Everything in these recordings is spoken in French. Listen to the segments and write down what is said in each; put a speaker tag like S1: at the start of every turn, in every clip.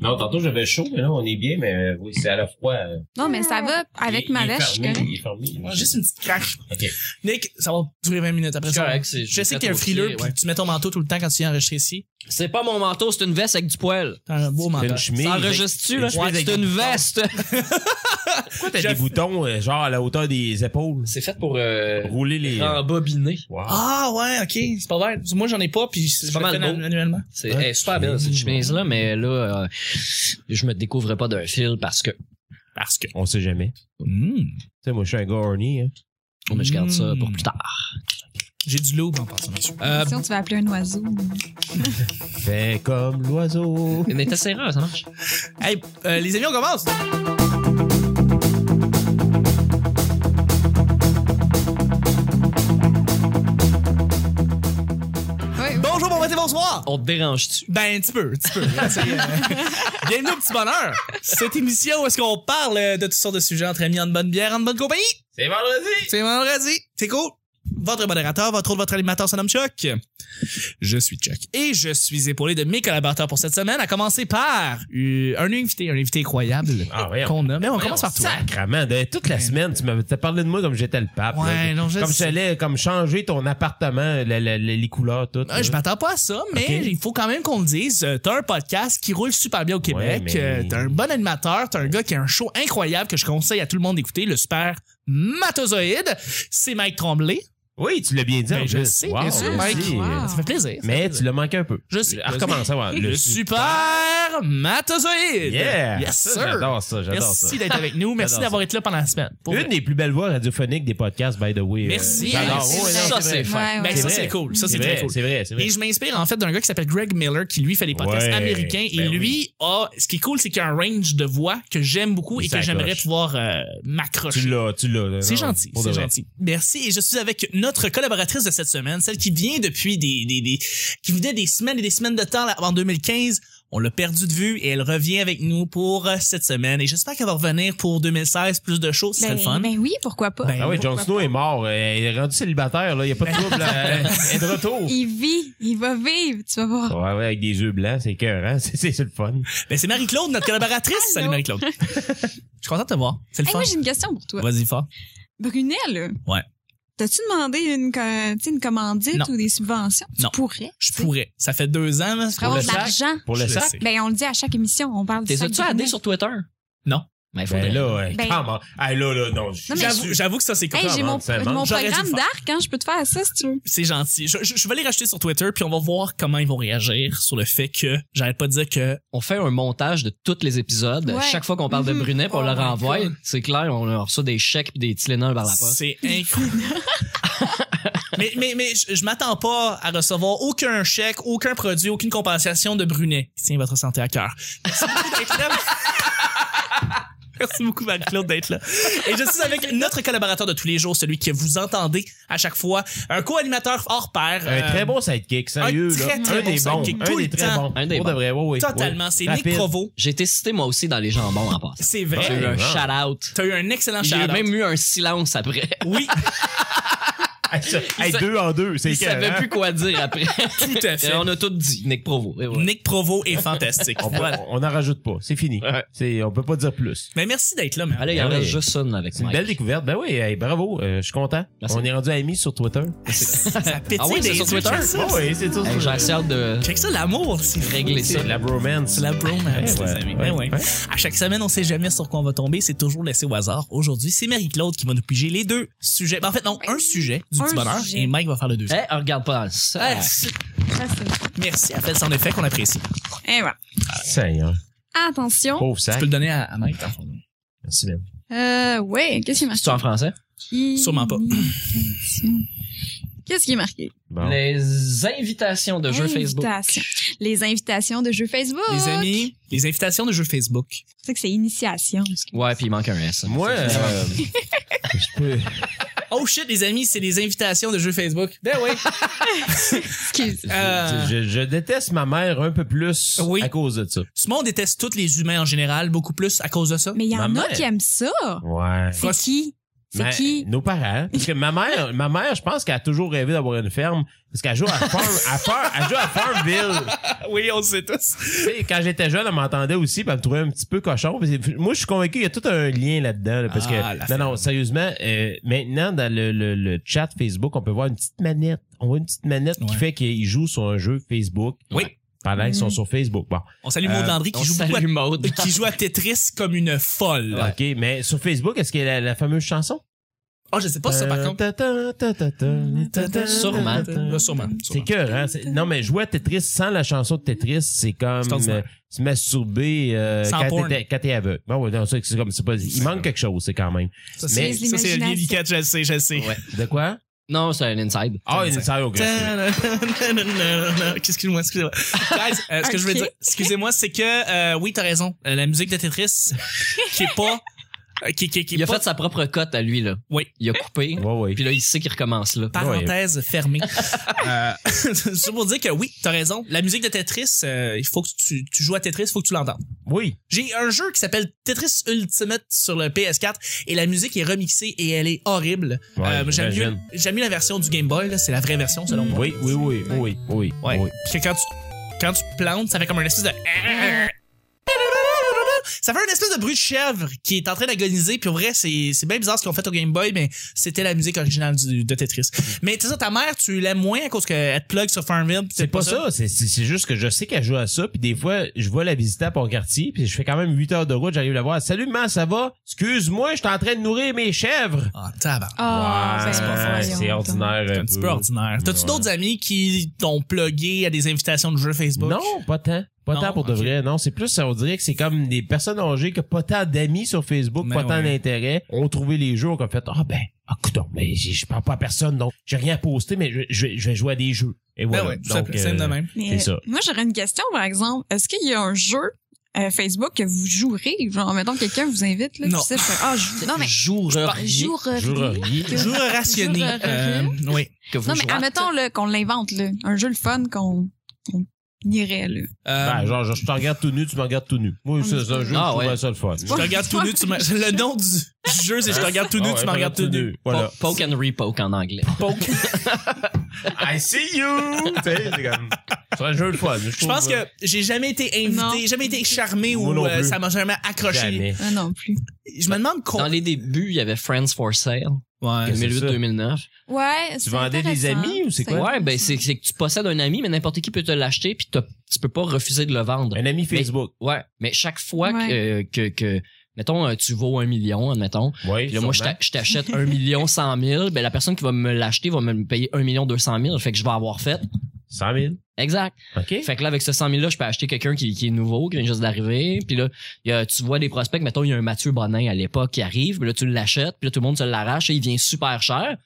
S1: Non, tantôt j'avais chaud, mais là on est bien, mais euh, oui, c'est à la fois. euh,
S2: Non, mais ça va avec
S1: il-
S2: ma
S1: il est
S2: lèche, je suis
S1: fermé,
S2: correct.
S1: Il est fermé.
S3: Ouais, Juste une petite craque.
S1: Ok.
S3: Nick, ça va durer 20 minutes après
S4: C'est
S3: ça.
S4: correct, c'est-
S3: Je sais
S4: fait
S3: qu'il y a un
S4: au
S3: frileux,
S4: pied,
S3: puis
S4: ouais.
S3: tu mets ton manteau tout le temps quand tu viens enregistrer ici.
S4: C'est pas mon manteau, c'est une veste avec du poil.
S3: T'as un beau
S1: T'as
S3: manteau.
S1: une chemise.
S4: Ça enregistre-tu, là?
S3: Ouais, avec
S4: C'est une veste!
S1: Pourquoi t'as
S3: Jeff-
S1: des boutons, euh, genre à la hauteur des épaules?
S4: C'est fait pour euh,
S1: Rouler les.
S4: rembobiner.
S1: Wow.
S3: Ah ouais, ok, c'est pas vrai. Moi j'en ai pas, puis c'est
S4: pas mal beau.
S3: annuellement.
S4: C'est
S1: Ouais,
S4: elle est super belle, cette chemise-là, mais là, euh, je me découvre pas d'un fil parce que...
S3: Parce que.
S1: On sait jamais. Tu
S4: Hmm.
S1: sais, moi je suis un gars horny, hein.
S4: Oh, mais je garde ça pour plus tard.
S3: J'ai du loup en passant. monsieur.
S4: Euh,
S2: Sinon, tu vas appeler un oiseau.
S1: Fais comme l'oiseau.
S4: mais t'essaieras, ça marche.
S3: Hey, euh, les amis, on commence!
S2: Oui, oui.
S3: Bonjour, bon matin, bonsoir!
S4: On te dérange-tu?
S3: Ben, un petit peu, un petit peu. C'est, euh, Bienvenue au petit bonheur! Cette émission où est-ce qu'on parle euh, de toutes sortes de sujets entre amis, en bonne bière, en bonne compagnie!
S1: C'est vendredi!
S3: C'est vendredi. C'est cool. Votre modérateur, votre autre, votre animateur se nomme Chuck. Je suis Chuck. Et je suis épaulé de mes collaborateurs pour cette semaine, à commencer par euh, un invité, un invité incroyable
S1: Ah, voyons.
S3: qu'on a. Mais on commence par toi.
S1: Sacrement, de- toute la semaine, tu m'avais t'as parlé de moi comme j'étais le pape.
S3: Ouais,
S1: là.
S3: non, je
S1: Comme
S3: sais.
S1: j'allais comme changer ton appartement, la- la- la- les couleurs, tout.
S3: Ouais, Euh, je
S1: là.
S3: m'attends pas à ça, mais
S1: Ok.
S3: il faut quand même qu'on le dise. Euh, T'as un podcast qui roule super bien au
S1: Ouais,
S3: Québec.
S1: mais-
S3: Euh, T'as un bon animateur. T'as un gars qui a un show incroyable que je conseille à tout le monde d'écouter, le super Matozoïde. C'est Mike Tremblay.
S1: Oui, tu l'as bien dit.
S3: Ben,
S1: en
S3: je
S1: plus.
S3: sais,
S1: Wow,
S3: bien sûr,
S1: merci.
S3: Mike.
S2: Wow.
S3: Ça fait plaisir.
S1: Mais tu l'as manqué un peu.
S3: Je sais.
S1: Recommence à voir.
S3: Le, super matozoïde.
S1: Yeah!
S3: Yes,
S1: Ça,
S3: sir.
S1: J'adore ça, j'adore ça.
S3: Merci d'être avec nous. Merci
S1: J'adore
S3: d'avoir été là pendant la semaine. Pour
S1: Une
S3: vrai.
S1: des plus belles voix radiophoniques des podcasts, by the way.
S3: Merci,
S1: Euh, j'adore.
S3: Alexis.
S1: Oh, ouais, non,
S4: Ça, Ah,
S1: vrai.
S2: Ouais,
S4: c'est
S2: ouais.
S3: Ben,
S2: C'est
S3: ça,
S1: vrai.
S3: c'est cool. Ça, c'est
S1: vrai,
S3: très cool.
S1: C'est vrai, c'est vrai.
S3: Et je m'inspire en fait d'un gars qui s'appelle Greg Miller qui lui fait des podcasts
S1: Ouais,
S3: américains et
S1: ben oui.
S3: lui a ce qui est cool c'est qu'il y a un range de voix que j'aime beaucoup
S1: Il
S3: et que j'aimerais
S1: s'accroche.
S3: pouvoir euh,
S1: Tu
S3: m'accrocher.
S1: l'as, tu l'as.
S3: C'est
S1: Non,
S3: gentil,
S1: pour de
S3: c'est
S1: vrai.
S3: gentil. Merci. Et je suis avec notre collaboratrice de cette semaine, celle qui vient depuis des, des, des qui venait des semaines et des semaines de temps là, en 2015. On l'a perdue de vue et elle revient avec nous pour euh, cette semaine. Et j'espère qu'elle va revenir pour 2016, plus de choses, c'est
S2: Ben,
S3: le fun.
S2: ben oui, pourquoi pas?
S3: Ben
S1: Ah oui, Jon
S2: Pourquoi
S1: Snow est mort. euh, Il est rendu célibataire, là. Il n'y a pas de trouble. là. Elle est de
S3: oh.
S1: retour.
S2: Il vit, il va vivre, tu vas voir.
S1: Ouais, ouais, avec des yeux blancs, c'est écœurant. C'est, c'est, c'est le fun.
S3: Ben, c'est Marie-Claude, notre collaboratrice. Salut
S2: Allô.
S3: Marie-Claude. Je suis content de te voir. C'est le
S2: Hey,
S3: fun.
S2: moi, j'ai une question pour toi.
S3: Vas-y fort.
S2: Brunel, là,
S3: Ouais.
S2: t'as-tu demandé une, co- tu sais, une commandite
S3: Non.
S2: ou des subventions?
S3: Non.
S2: Tu pourrais.
S3: Je pourrais. Ça fait deux ans, là.
S2: Pour avoir
S1: le
S2: de
S1: sac?
S2: l'argent.
S1: Pour le
S3: Je
S1: sac.
S3: sais.
S2: Ben, on le dit à chaque émission, on parle du
S4: T'es
S2: sac.
S4: as-tu
S2: de
S4: adé
S2: Brunel.
S4: sur Twitter?
S3: Non.
S4: Mais faut
S1: Ben là, ouais,
S2: Ben-
S1: comment? Ah, là, là, non. je-
S2: Non, mais-
S3: J'avoue, j'avoue que ça, c'est cool.
S2: Hey, j'ai mon,
S1: Ça
S2: mon
S1: manque.
S3: J'aurais dû le
S2: programme
S3: faire.
S2: d'arc, hein, je peux te faire ça si tu veux.
S3: C'est gentil. Je, je- je vais les racheter sur Twitter, puis on va voir comment ils vont réagir sur le fait que j'arrête pas de dire que
S4: on fait un montage de tous les épisodes.
S2: Ouais.
S4: Chaque fois qu'on parle de
S2: Mhm.
S4: Brunet, puis on
S2: Oh
S4: le
S2: my
S4: renvoie.
S2: God.
S4: C'est clair, on leur reçoit des chèques puis des Tylenol par la poste.
S3: c'est incroyable. mais mais, mais je, je m'attends pas à recevoir aucun chèque, aucun produit, aucune compensation de Brunet. Tiens votre santé à cœur. Merci beaucoup d'être là. Merci beaucoup, Marie-Claude, d'être là. Et je suis avec notre collaborateur de tous les jours, celui que vous entendez à chaque fois, un co-animateur hors pair.
S1: Un
S3: euh,
S1: très bon sidekick, sérieux. là.
S3: un très, très
S1: un
S3: bon
S1: des bons.
S3: sidekick,
S1: Un
S3: tout le
S1: des très
S3: temps.
S1: bons.
S4: Un des
S1: Pour
S4: bons.
S1: de vrai, oui, oui.
S3: Totalement.
S1: oui.
S3: C'est
S1: Rapide.
S3: Nick Provo.
S4: J'ai été cité moi aussi dans les jambons en passant.
S3: C'est vrai.
S4: J'ai eu un
S1: Ouais.
S4: shout-out.
S3: T'as eu un excellent shout
S4: J'ai même eu un silence après.
S3: Oui,
S1: Hey, ça- hey,
S4: sa-
S1: deux en deux, c'est hein.
S4: Il savait
S1: écœurant.
S4: plus quoi dire après.
S3: tout à
S4: Et
S3: fait.
S4: on a tout dit, Nick Provo. Et ouais.
S3: Nick Provo est fantastique.
S1: On peut-
S3: Voilà.
S1: On n'en rajoute pas. C'est fini.
S4: Ouais.
S1: C'est, on peut pas dire plus.
S3: Mais merci d'être là, man.
S4: Allez, il en
S1: Ben
S4: reste
S1: oui.
S4: juste une avec
S1: C'est une
S4: Mike.
S1: belle découverte. Ben oui, hey, bravo. euh, je suis content.
S4: Merci.
S1: On est rendu amis sur Twitter.
S3: Ça pétille
S4: Ah oui, c'est
S3: des
S4: sur
S3: yeux,
S4: Twitter?
S3: check ça.
S1: Ah oui, c'est tout.
S4: Hey, J'ai assez hâte de
S3: Check ça, l'amour, c'est
S4: régler ça.
S1: C'est la bromance.
S3: C'est la bromance,
S1: Eh
S3: les
S1: ouais,
S3: amis.
S1: ouais,
S3: Eh ouais.
S1: ouais.
S3: À chaque semaine, on sait jamais sur quoi on va tomber. C'est toujours laissé au hasard. Aujourd'hui, c'est Marie-Claude qui va nous piger les deux sujets. Ben, en fait, non, un sujet du
S2: Un
S3: petit bonheur
S2: sujet.
S3: et Mike va faire le deuxième.
S4: Hey, regarde pas ça.
S3: Merci.
S2: Ça, Ah, c'est-
S3: Merci à fait son effet qu'on apprécie.
S2: Et voilà.
S1: Seigneur.
S2: Eh Attention.
S1: Pauvre
S3: Tu
S1: sac.
S3: peux le donner à, à Mike, en fond.
S1: Merci, Ben.
S2: Euh, ouais, qu'est-ce qui est marqué?
S4: C'est en français?
S2: Hi-
S3: Oh. Sûrement pas.
S2: Attention. Qu'est-ce qui est marqué?
S1: Bon.
S4: Les invitations de jeux Facebook.
S2: Invitations. Les invitations de jeux Facebook.
S3: Les amis, les invitations de jeux Facebook.
S2: C'est ça que c'est initiation. parce que-
S4: Ouais, puis il manque un S.
S1: Moi, euh, je peux.
S3: Oh shit, les amis, c'est les invitations de jeux Facebook. Ben oui.
S2: Excuse.
S3: Euh,
S1: Je, je déteste ma mère un peu plus
S3: Oui.
S1: à cause de ça.
S3: Ce monde déteste tous les humains en général, beaucoup plus à cause de ça.
S2: Mais il y en
S1: Ma
S2: a
S1: mère.
S2: qui aiment ça.
S1: Ouais.
S2: C'est qui? C'est
S1: Ben,
S2: qui?
S1: Nos parents. Parce que ma mère, ma mère, je pense qu'elle a toujours rêvé d'avoir une ferme. Parce qu'elle joue à Farm, à Far- elle joue à Farmville.
S3: oui, on le sait tous.
S1: Tu sais, quand j'étais jeune, elle m'entendait aussi, puis elle me trouvait un petit peu cochon. Parce que Moi, je suis convaincu qu'il y a tout un lien là-dedans. là, parce
S3: Ah, la
S1: que, non, non, sérieusement, euh, maintenant, dans le, le- le chat Facebook, on peut voir une petite manette. On voit une petite manette qui
S3: Ouais.
S1: fait qu'ils jouent sur un jeu Facebook.
S3: Oui.
S1: Pendant qu'ils sont
S2: Mm.
S1: sur Facebook. Bon.
S3: On salue Maud
S1: Euh,
S3: Landry
S4: on
S3: qui joue, beaucoup
S4: salue Maud.
S3: à, qui joue à Tetris comme une folle. Ah,
S1: OK. Mais sur Facebook, est-ce qu'il y a la, la fameuse chanson?
S3: je sais pas ça, par contre.
S4: Sûrement.
S3: Là, sûrement.
S1: C'est
S3: sûrement.
S1: que, hein, c'est- non, mais jouer à Tetris sans la chanson de Tetris, c'est comme
S3: C'est ordinaire.
S1: euh, se masturber euh,
S3: Sans
S1: quand
S3: porn.
S1: t'es- quand t'es aveugle. Bon, ouais, non, ça, c'est comme, c'est pas, il manque quelque chose, c'est quand même.
S3: Ça,
S1: Mais-
S3: c'est ça, c'est
S2: L'imagination.
S3: délicat, je le sais, je le sais.
S4: Ouais.
S1: De quoi?
S4: Non, c'est un inside.
S1: Ah, une salle au gars.
S3: Excuse-moi, excusez-moi. Guys, euh, ce que je veux
S2: Ok.
S3: dire, excusez-moi, c'est que euh, oui, t'as raison. Euh, la musique de Tetris, qui est pas, euh, qui, qui, qui est
S4: Il a
S3: pas.
S4: fait sa propre cote à lui, là.
S3: Oui.
S4: Il a coupé.
S1: Ouais, ouais.
S4: Puis là, il sait qu'il recommence, là.
S3: Parenthèse fermée. euh, c'est pour dire que oui, t'as raison. La musique de Tetris, euh, il faut que tu, tu joues à Tetris, il faut que tu l'entendes.
S1: Oui.
S3: J'ai un jeu qui s'appelle Tetris Ultimate sur le PS4 et la musique est remixée et elle est horrible.
S1: Ouais,
S3: Euh, j'aime mieux,
S1: j'imagine.
S3: j'aime mieux la version du Game Boy, là, c'est la vraie version selon moi.
S1: Oui, oui, oui, oui, oui,
S3: Ouais.
S1: oui.
S3: Puis que quand tu, quand tu plantes, ça fait comme un espèce de. Ça fait un espèce de bruit de chèvre qui est en train d'agoniser. Puis au vrai, c'est c'est bien bizarre ce qu'ils ont fait au Game Boy, mais c'était la musique originale du- de Tetris.
S1: Mm-hmm.
S3: Mais tu sais, ta mère, tu l'aimes moins à cause qu'elle te plug sur Farmville. puis
S1: C'est pas ça, c'est- c'est c'est juste que je sais qu'elle joue à ça, puis des fois, je vois la visiter à Pont-Cartier, puis je fais quand même 8 heures de route, j'arrive la voir. Salut, maman, ça va? Excuse-moi, je suis en train de nourrir mes chèvres.
S3: Ah, tabarnak.
S2: Ah,
S1: Ouais,
S2: ben, voyons
S1: c'est
S2: donc.
S1: ordinaire.
S3: C'est un petit peu ordinaire. T'as-tu
S1: Ouais.
S3: d'autres amis qui t'ont plugué à des invitations de jeux Facebook?
S1: Non, pas tant. Pas
S3: Non,
S1: tant pour de
S3: ok.
S1: vrai. Non, c'est plus, on dirait que c'est comme des personnes âgées qui n'ont pas tant d'amis sur Facebook,
S3: Mais
S1: pas tant
S3: Ben ouais.
S1: d'intérêt, ont trouvé les jeux, ont comme fait, ah ben, ah coudonc, mais j'ai- je parle pas à personne, donc j'ai rien à poster, mais je, je vais- je vais jouer à des jeux. Et
S3: Ben
S1: voilà.
S3: ouais, tout
S1: Donc,
S3: simple- simple de
S1: euh,
S3: même.
S2: Mais,
S1: C'est ça.
S2: euh, Moi, j'aurais une question, par exemple. Est-ce qu'il y a un jeu euh, Facebook que vous jouerez? Genre, mettons, quelqu'un vous invite, là,
S3: Non.
S2: tu sais, je fais, ah, je- non, mais,
S4: Joueur.
S2: jouerais.
S1: jouerie.
S2: Que-
S3: Joueur rationné.
S2: Joueur
S3: Euh, oui.
S4: Que vous
S2: Non, mais
S4: jouerez.
S2: admettons, là, qu'on l'invente, là. Un jeu le fun qu'on, qu'on irait, là.
S3: Euh,
S1: Ben, genre, genre, je te regarde tout nu, tu me regardes tout nu. Moi, c'est c'est un jeu,
S4: Ah,
S1: je trouverais
S4: ouais.
S1: ça le fun.
S3: Je te regarde tout nu, tu me... Le nom du jeu, c'est Je te regarde tout nu,
S1: Ah ouais,
S3: tu
S1: je
S3: me
S1: te
S3: regardes tout nu.
S1: Voilà.
S4: Po- Poke and repoke en anglais.
S3: Poke.
S1: I see you! Tu sais, c'est comme- C'est un jeu le fun.
S3: Je pense que j'ai jamais été invité,
S2: Non.
S3: jamais été charmé
S1: Moi
S3: ou
S1: non
S3: euh,
S1: plus.
S3: ça m'a jamais accroché.
S1: Jamais.
S2: Ah, non plus.
S3: Je me demande
S4: Dans
S3: combien.
S4: les débuts, il y avait Friends for Sale,
S1: Ouais, c'est ça.
S4: 2008-2009.
S2: Ouais. c'est
S1: vendais des
S2: intéressant.
S1: amis ou c'est quoi?
S4: Ouais, ben c'est c'est que tu possèdes un ami, mais n'importe qui peut te l'acheter, puis t'as- tu peux pas refuser de le vendre.
S1: Un ami Facebook.
S4: Ouais, mais chaque fois que-
S2: Ouais.
S4: que, que, mettons, euh, tu vaux un million, admettons,
S1: Oui.
S4: puis là, moi, je t'a- je t'achète un million cent mille, ben la personne qui va me l'acheter va me payer un million deux cent mille, fait que je vais avoir fait.
S1: 100 000.
S4: Exact.
S1: OK.
S4: Fait que là, avec ce 100 000 là, je peux acheter quelqu'un qui, qui est nouveau, qui vient juste d'arriver. Puis là, il y a- tu vois des prospects. Mettons, il y a un Mathieu Bonin à l'époque qui arrive. Puis là, tu l'achètes. Puis là, tout le monde se l'arrache et il vient super cher.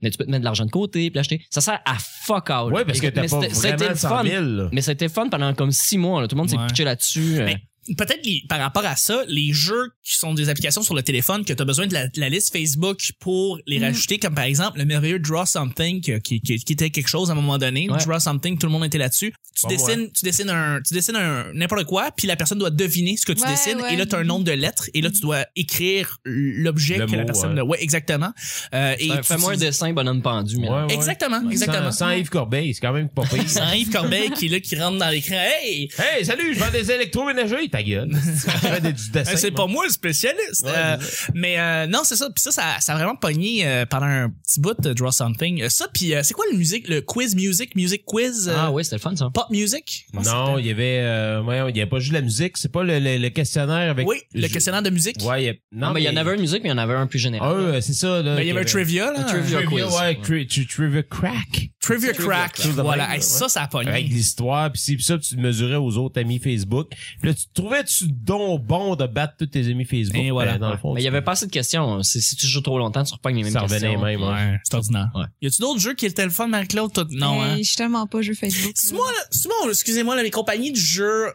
S4: Mais tu peux te mettre de l'argent de côté puis l'acheter. Ça sert à fuck out.
S1: Ouais, parce que
S4: Écoute,
S1: t'as
S4: mais
S1: pas
S4: c'était- ça a été
S1: vraiment
S4: le
S1: 100
S4: fun.
S1: 000. là.
S4: Mais c'était fun pendant comme six mois. là. Tout le monde
S3: Ouais.
S4: s'est pitché là-dessus. euh.
S3: Mais- Peut-être les- par rapport à ça, les jeux qui sont des applications sur le téléphone que tu as besoin de la, de la liste Facebook pour les
S2: Mm.
S3: rajouter, comme par exemple le merveilleux Draw Something que- qui, qui, qui était quelque chose à un moment donné.
S4: Ouais.
S3: Draw Something, tout le monde était là-dessus. Tu
S1: Pas
S3: dessines, tu dessines un, tu dessines un n'importe quoi, puis la personne doit deviner ce que tu
S2: Ouais,
S3: dessines.
S2: ouais. Mm.
S3: Et là, tu as un nombre de lettres, et là, tu dois écrire l'objet
S1: Le
S3: que la
S1: mot,
S3: personne.
S1: ouais.
S3: Ouais, exactement. Euh, et
S4: Fais-
S3: tu-
S4: Fais-moi un
S3: tu-
S4: dessin bonhomme pendu. mais-
S1: Ouais, ouais.
S3: Exactement,
S1: Sans-
S3: exactement.
S1: Sans Yves Corbeil, c'est quand même pas pire.
S3: C'est Yves Corbeil ben, qui est là, qui rentre dans l'écran. Hey!
S1: hey, salut, je vends des électroménagers, ta gueule. Je fais des- du dessin,
S3: Hey, c'est
S1: moi.
S3: pas moi le spécialiste.
S1: Ouais,
S3: Euh, mais euh, non, c'est ça. Puis ça, ça, ça a vraiment pogné euh, pendant un petit bout de Draw Something. Euh, Ça, puis euh, c'est quoi le musique, le quiz music, music quiz, euh,
S4: Ah ouais, c'était le fun, ça.
S3: pop music?
S1: Non, il y avait, euh, voyons, il y avait pas juste la musique, c'est pas le, le- le questionnaire avec.
S3: Oui, le
S1: je-
S3: questionnaire de musique.
S1: Ouais, il y a- non,
S4: Non, Ah, mais il y en avait une musique, mais il y en avait un plus général.
S1: Ah, ouais, c'est ça, là.
S3: Ben, il y
S1: qu'il
S3: avait un trivia, là.
S4: Un trivia.
S1: Trivia,
S4: quiz.
S1: ouais, cri- tu- trivia crack.
S3: Trivia crack.
S1: Trivia crack.
S3: Voilà.
S1: Ouais.
S3: Hey, ça, ça a pogné.
S1: Avec l'histoire, pis ci, pis ça, puis tu te mesurais aux autres amis Facebook. Puis là, tu te trouvais-tu donc bon de battre tous tes amis Facebook?
S3: Et voilà.
S1: Ben, dans le fond,
S4: Mais il y avait pas assez de questions. Si, si tu joues trop longtemps, tu repognes les mêmes
S1: ça
S4: questions.
S1: revenait même. ouais.
S3: Ouais, c'est ordinaire.
S4: Ouais.
S3: Y a-tu d'autres jeux qui étaient le fun, Marie-Claude? Toi, Non,
S2: Hey,
S3: hein?
S2: Ben, Je suis tellement pas jeu Facebook.
S3: C'est
S2: là.
S3: moi, là, c'est moi, Euh, excusez-moi, là, les compagnies de jeux euh,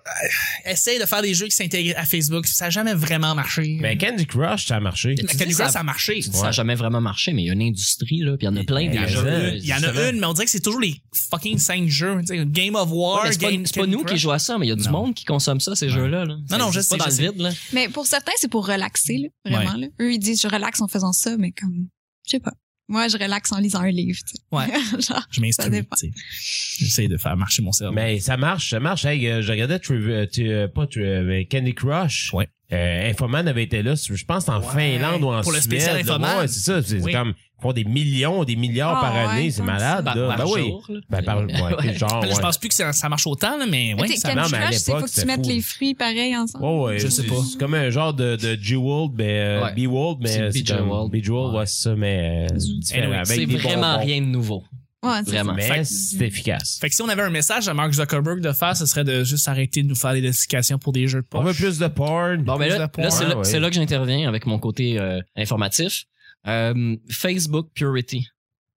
S3: essayent de faire des jeux qui s'intègrent à Facebook. Ça a jamais vraiment marché.
S1: Ben, Candy Crush, ça a marché.
S3: Mais Candy
S4: tu dis,
S3: Crush,
S4: ça-
S3: ça a marché.
S4: Ça n'a jamais vraiment marché, mais il y a une industrie, là, puis il y en a plein
S1: Il y
S4: des
S1: en a
S4: jeux.
S1: une,
S4: euh,
S3: Il y en a
S1: Justement.
S3: une, mais on dirait dirait que c'est toujours les fucking cinq jeux. tu sais, Game of
S4: Ouais,
S3: War,
S4: mais c'est pas,
S3: Game
S4: c'est pas nous qui jouons à ça, mais il y a du
S3: Non.
S4: monde qui consomme ça, ces jeux-là. là. Ça
S3: non, je
S4: existe
S3: sais,
S4: pas dans
S3: je
S4: le vide, là.
S2: Mais pour certains, c'est pour relaxer, là, vraiment. Là. Eux, ils disent, je relaxe en faisant ça, mais comme, je sais pas. Moi, je relaxe en lisant un livre. tu sais.
S3: Ouais.
S2: Genre,
S3: Je
S2: Ça
S3: m'instruis.
S2: dépend.
S3: tu sais. J'essaie de faire marcher mon cerveau.
S1: Mais ça marche, ça marche. Hey, euh, je regardais Triv- euh, tu- euh, pas tu- euh, mais Candy Crush.
S3: Ouais.
S1: Euh, Infoman avait été là, je pense, en
S3: Ouais.
S1: Finlande ou en
S3: Pour le
S1: Suède,
S3: spécial
S1: là.
S3: Infoman.
S1: Ouais, c'est ça. C'est
S3: Oui.
S1: comme, ils font des millions, des milliards
S2: Ah,
S1: par
S2: ouais,
S1: année.
S2: tant
S1: c'est
S2: que
S1: malade,
S2: ça.
S1: là. Ben oui.
S4: jour, là. Euh,
S1: Ben, par, ouais, genre,
S3: Après,
S1: ouais.
S3: Je pense plus que ça, ça marche autant, là, mais ouais.
S2: T'es
S3: ça-
S1: non,
S2: Candy
S1: mais à
S2: Crush, c'est faut
S1: l'époque,
S2: que tu
S1: c'était
S2: mettes
S1: fou.
S2: les fruits pareil ensemble.
S1: Ouais, ouais,
S3: Je sais
S1: c'est-
S3: pas.
S1: C'est comme un genre de, de Jewel, mais euh,
S4: Ouais.
S1: Beworld, mais
S4: C'est
S1: euh, c'est
S4: Bejeweled.
S1: comme- Bejeweled, ouais,
S4: Ouais.
S1: c'est ça, mais euh, différent,
S3: Anyway,
S1: avec
S4: C'est
S1: des
S4: vraiment
S1: bonbons.
S4: rien de nouveau.
S2: Ouais, c'est
S4: Vraiment.
S1: Mais
S3: Fait que-
S1: c'est efficace.
S3: Fait que si on avait un message à Mark Zuckerberg de faire, ce serait de juste arrêter de nous faire des notifications pour des jeux de
S1: On
S3: poche.
S1: veut plus de porn.
S4: Bon, mais
S3: Plus de
S4: là,
S3: points.
S4: là, c'est
S1: Ouais,
S4: là,
S1: ouais.
S4: c'est là que j'interviens avec mon côté euh, informatif. Euh, Facebook Purity.